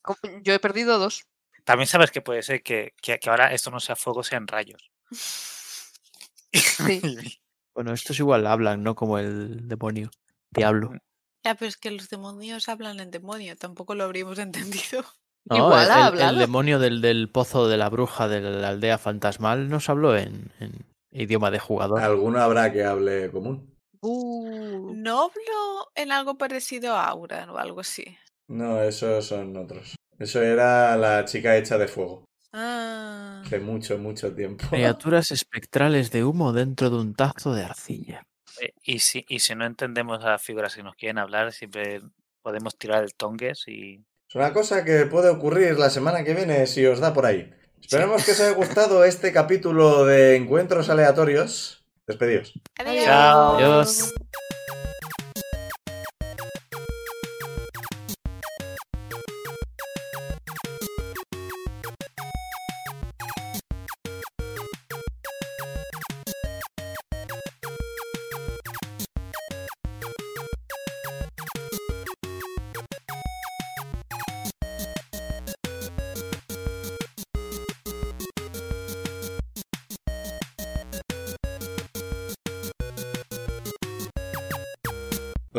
Como- Yo he perdido dos.
También sabes que puede ser que, que- que ahora esto no sea fuego, sean rayos.
Sí.
Bueno, estos igual hablan, ¿no? Como el demonio. Diablo.
Ya, pero es que los demonios hablan en demonio, tampoco lo habríamos entendido.
No,
Igual
el,
ha
el- el
hablado.
demonio del, del pozo de la bruja de la aldea fantasmal nos habló en, en idioma de jugador.
Alguno habrá que hable común.
Bu.
No hablo en algo parecido a Aura o algo así.
No, esos son otros. Eso era la chica hecha de fuego.
Ah,
Hace mucho, mucho tiempo.
Criaturas espectrales de humo dentro de un tazo de arcilla.
Eh, Y si, y si no entendemos a las figuras que nos quieren hablar, siempre podemos tirar el tongues y.
Es una cosa que puede ocurrir la semana que viene si os da por ahí. Esperemos que os haya gustado este capítulo de Encuentros Aleatorios. Despedidos.
adiós.
Chao.
Adiós.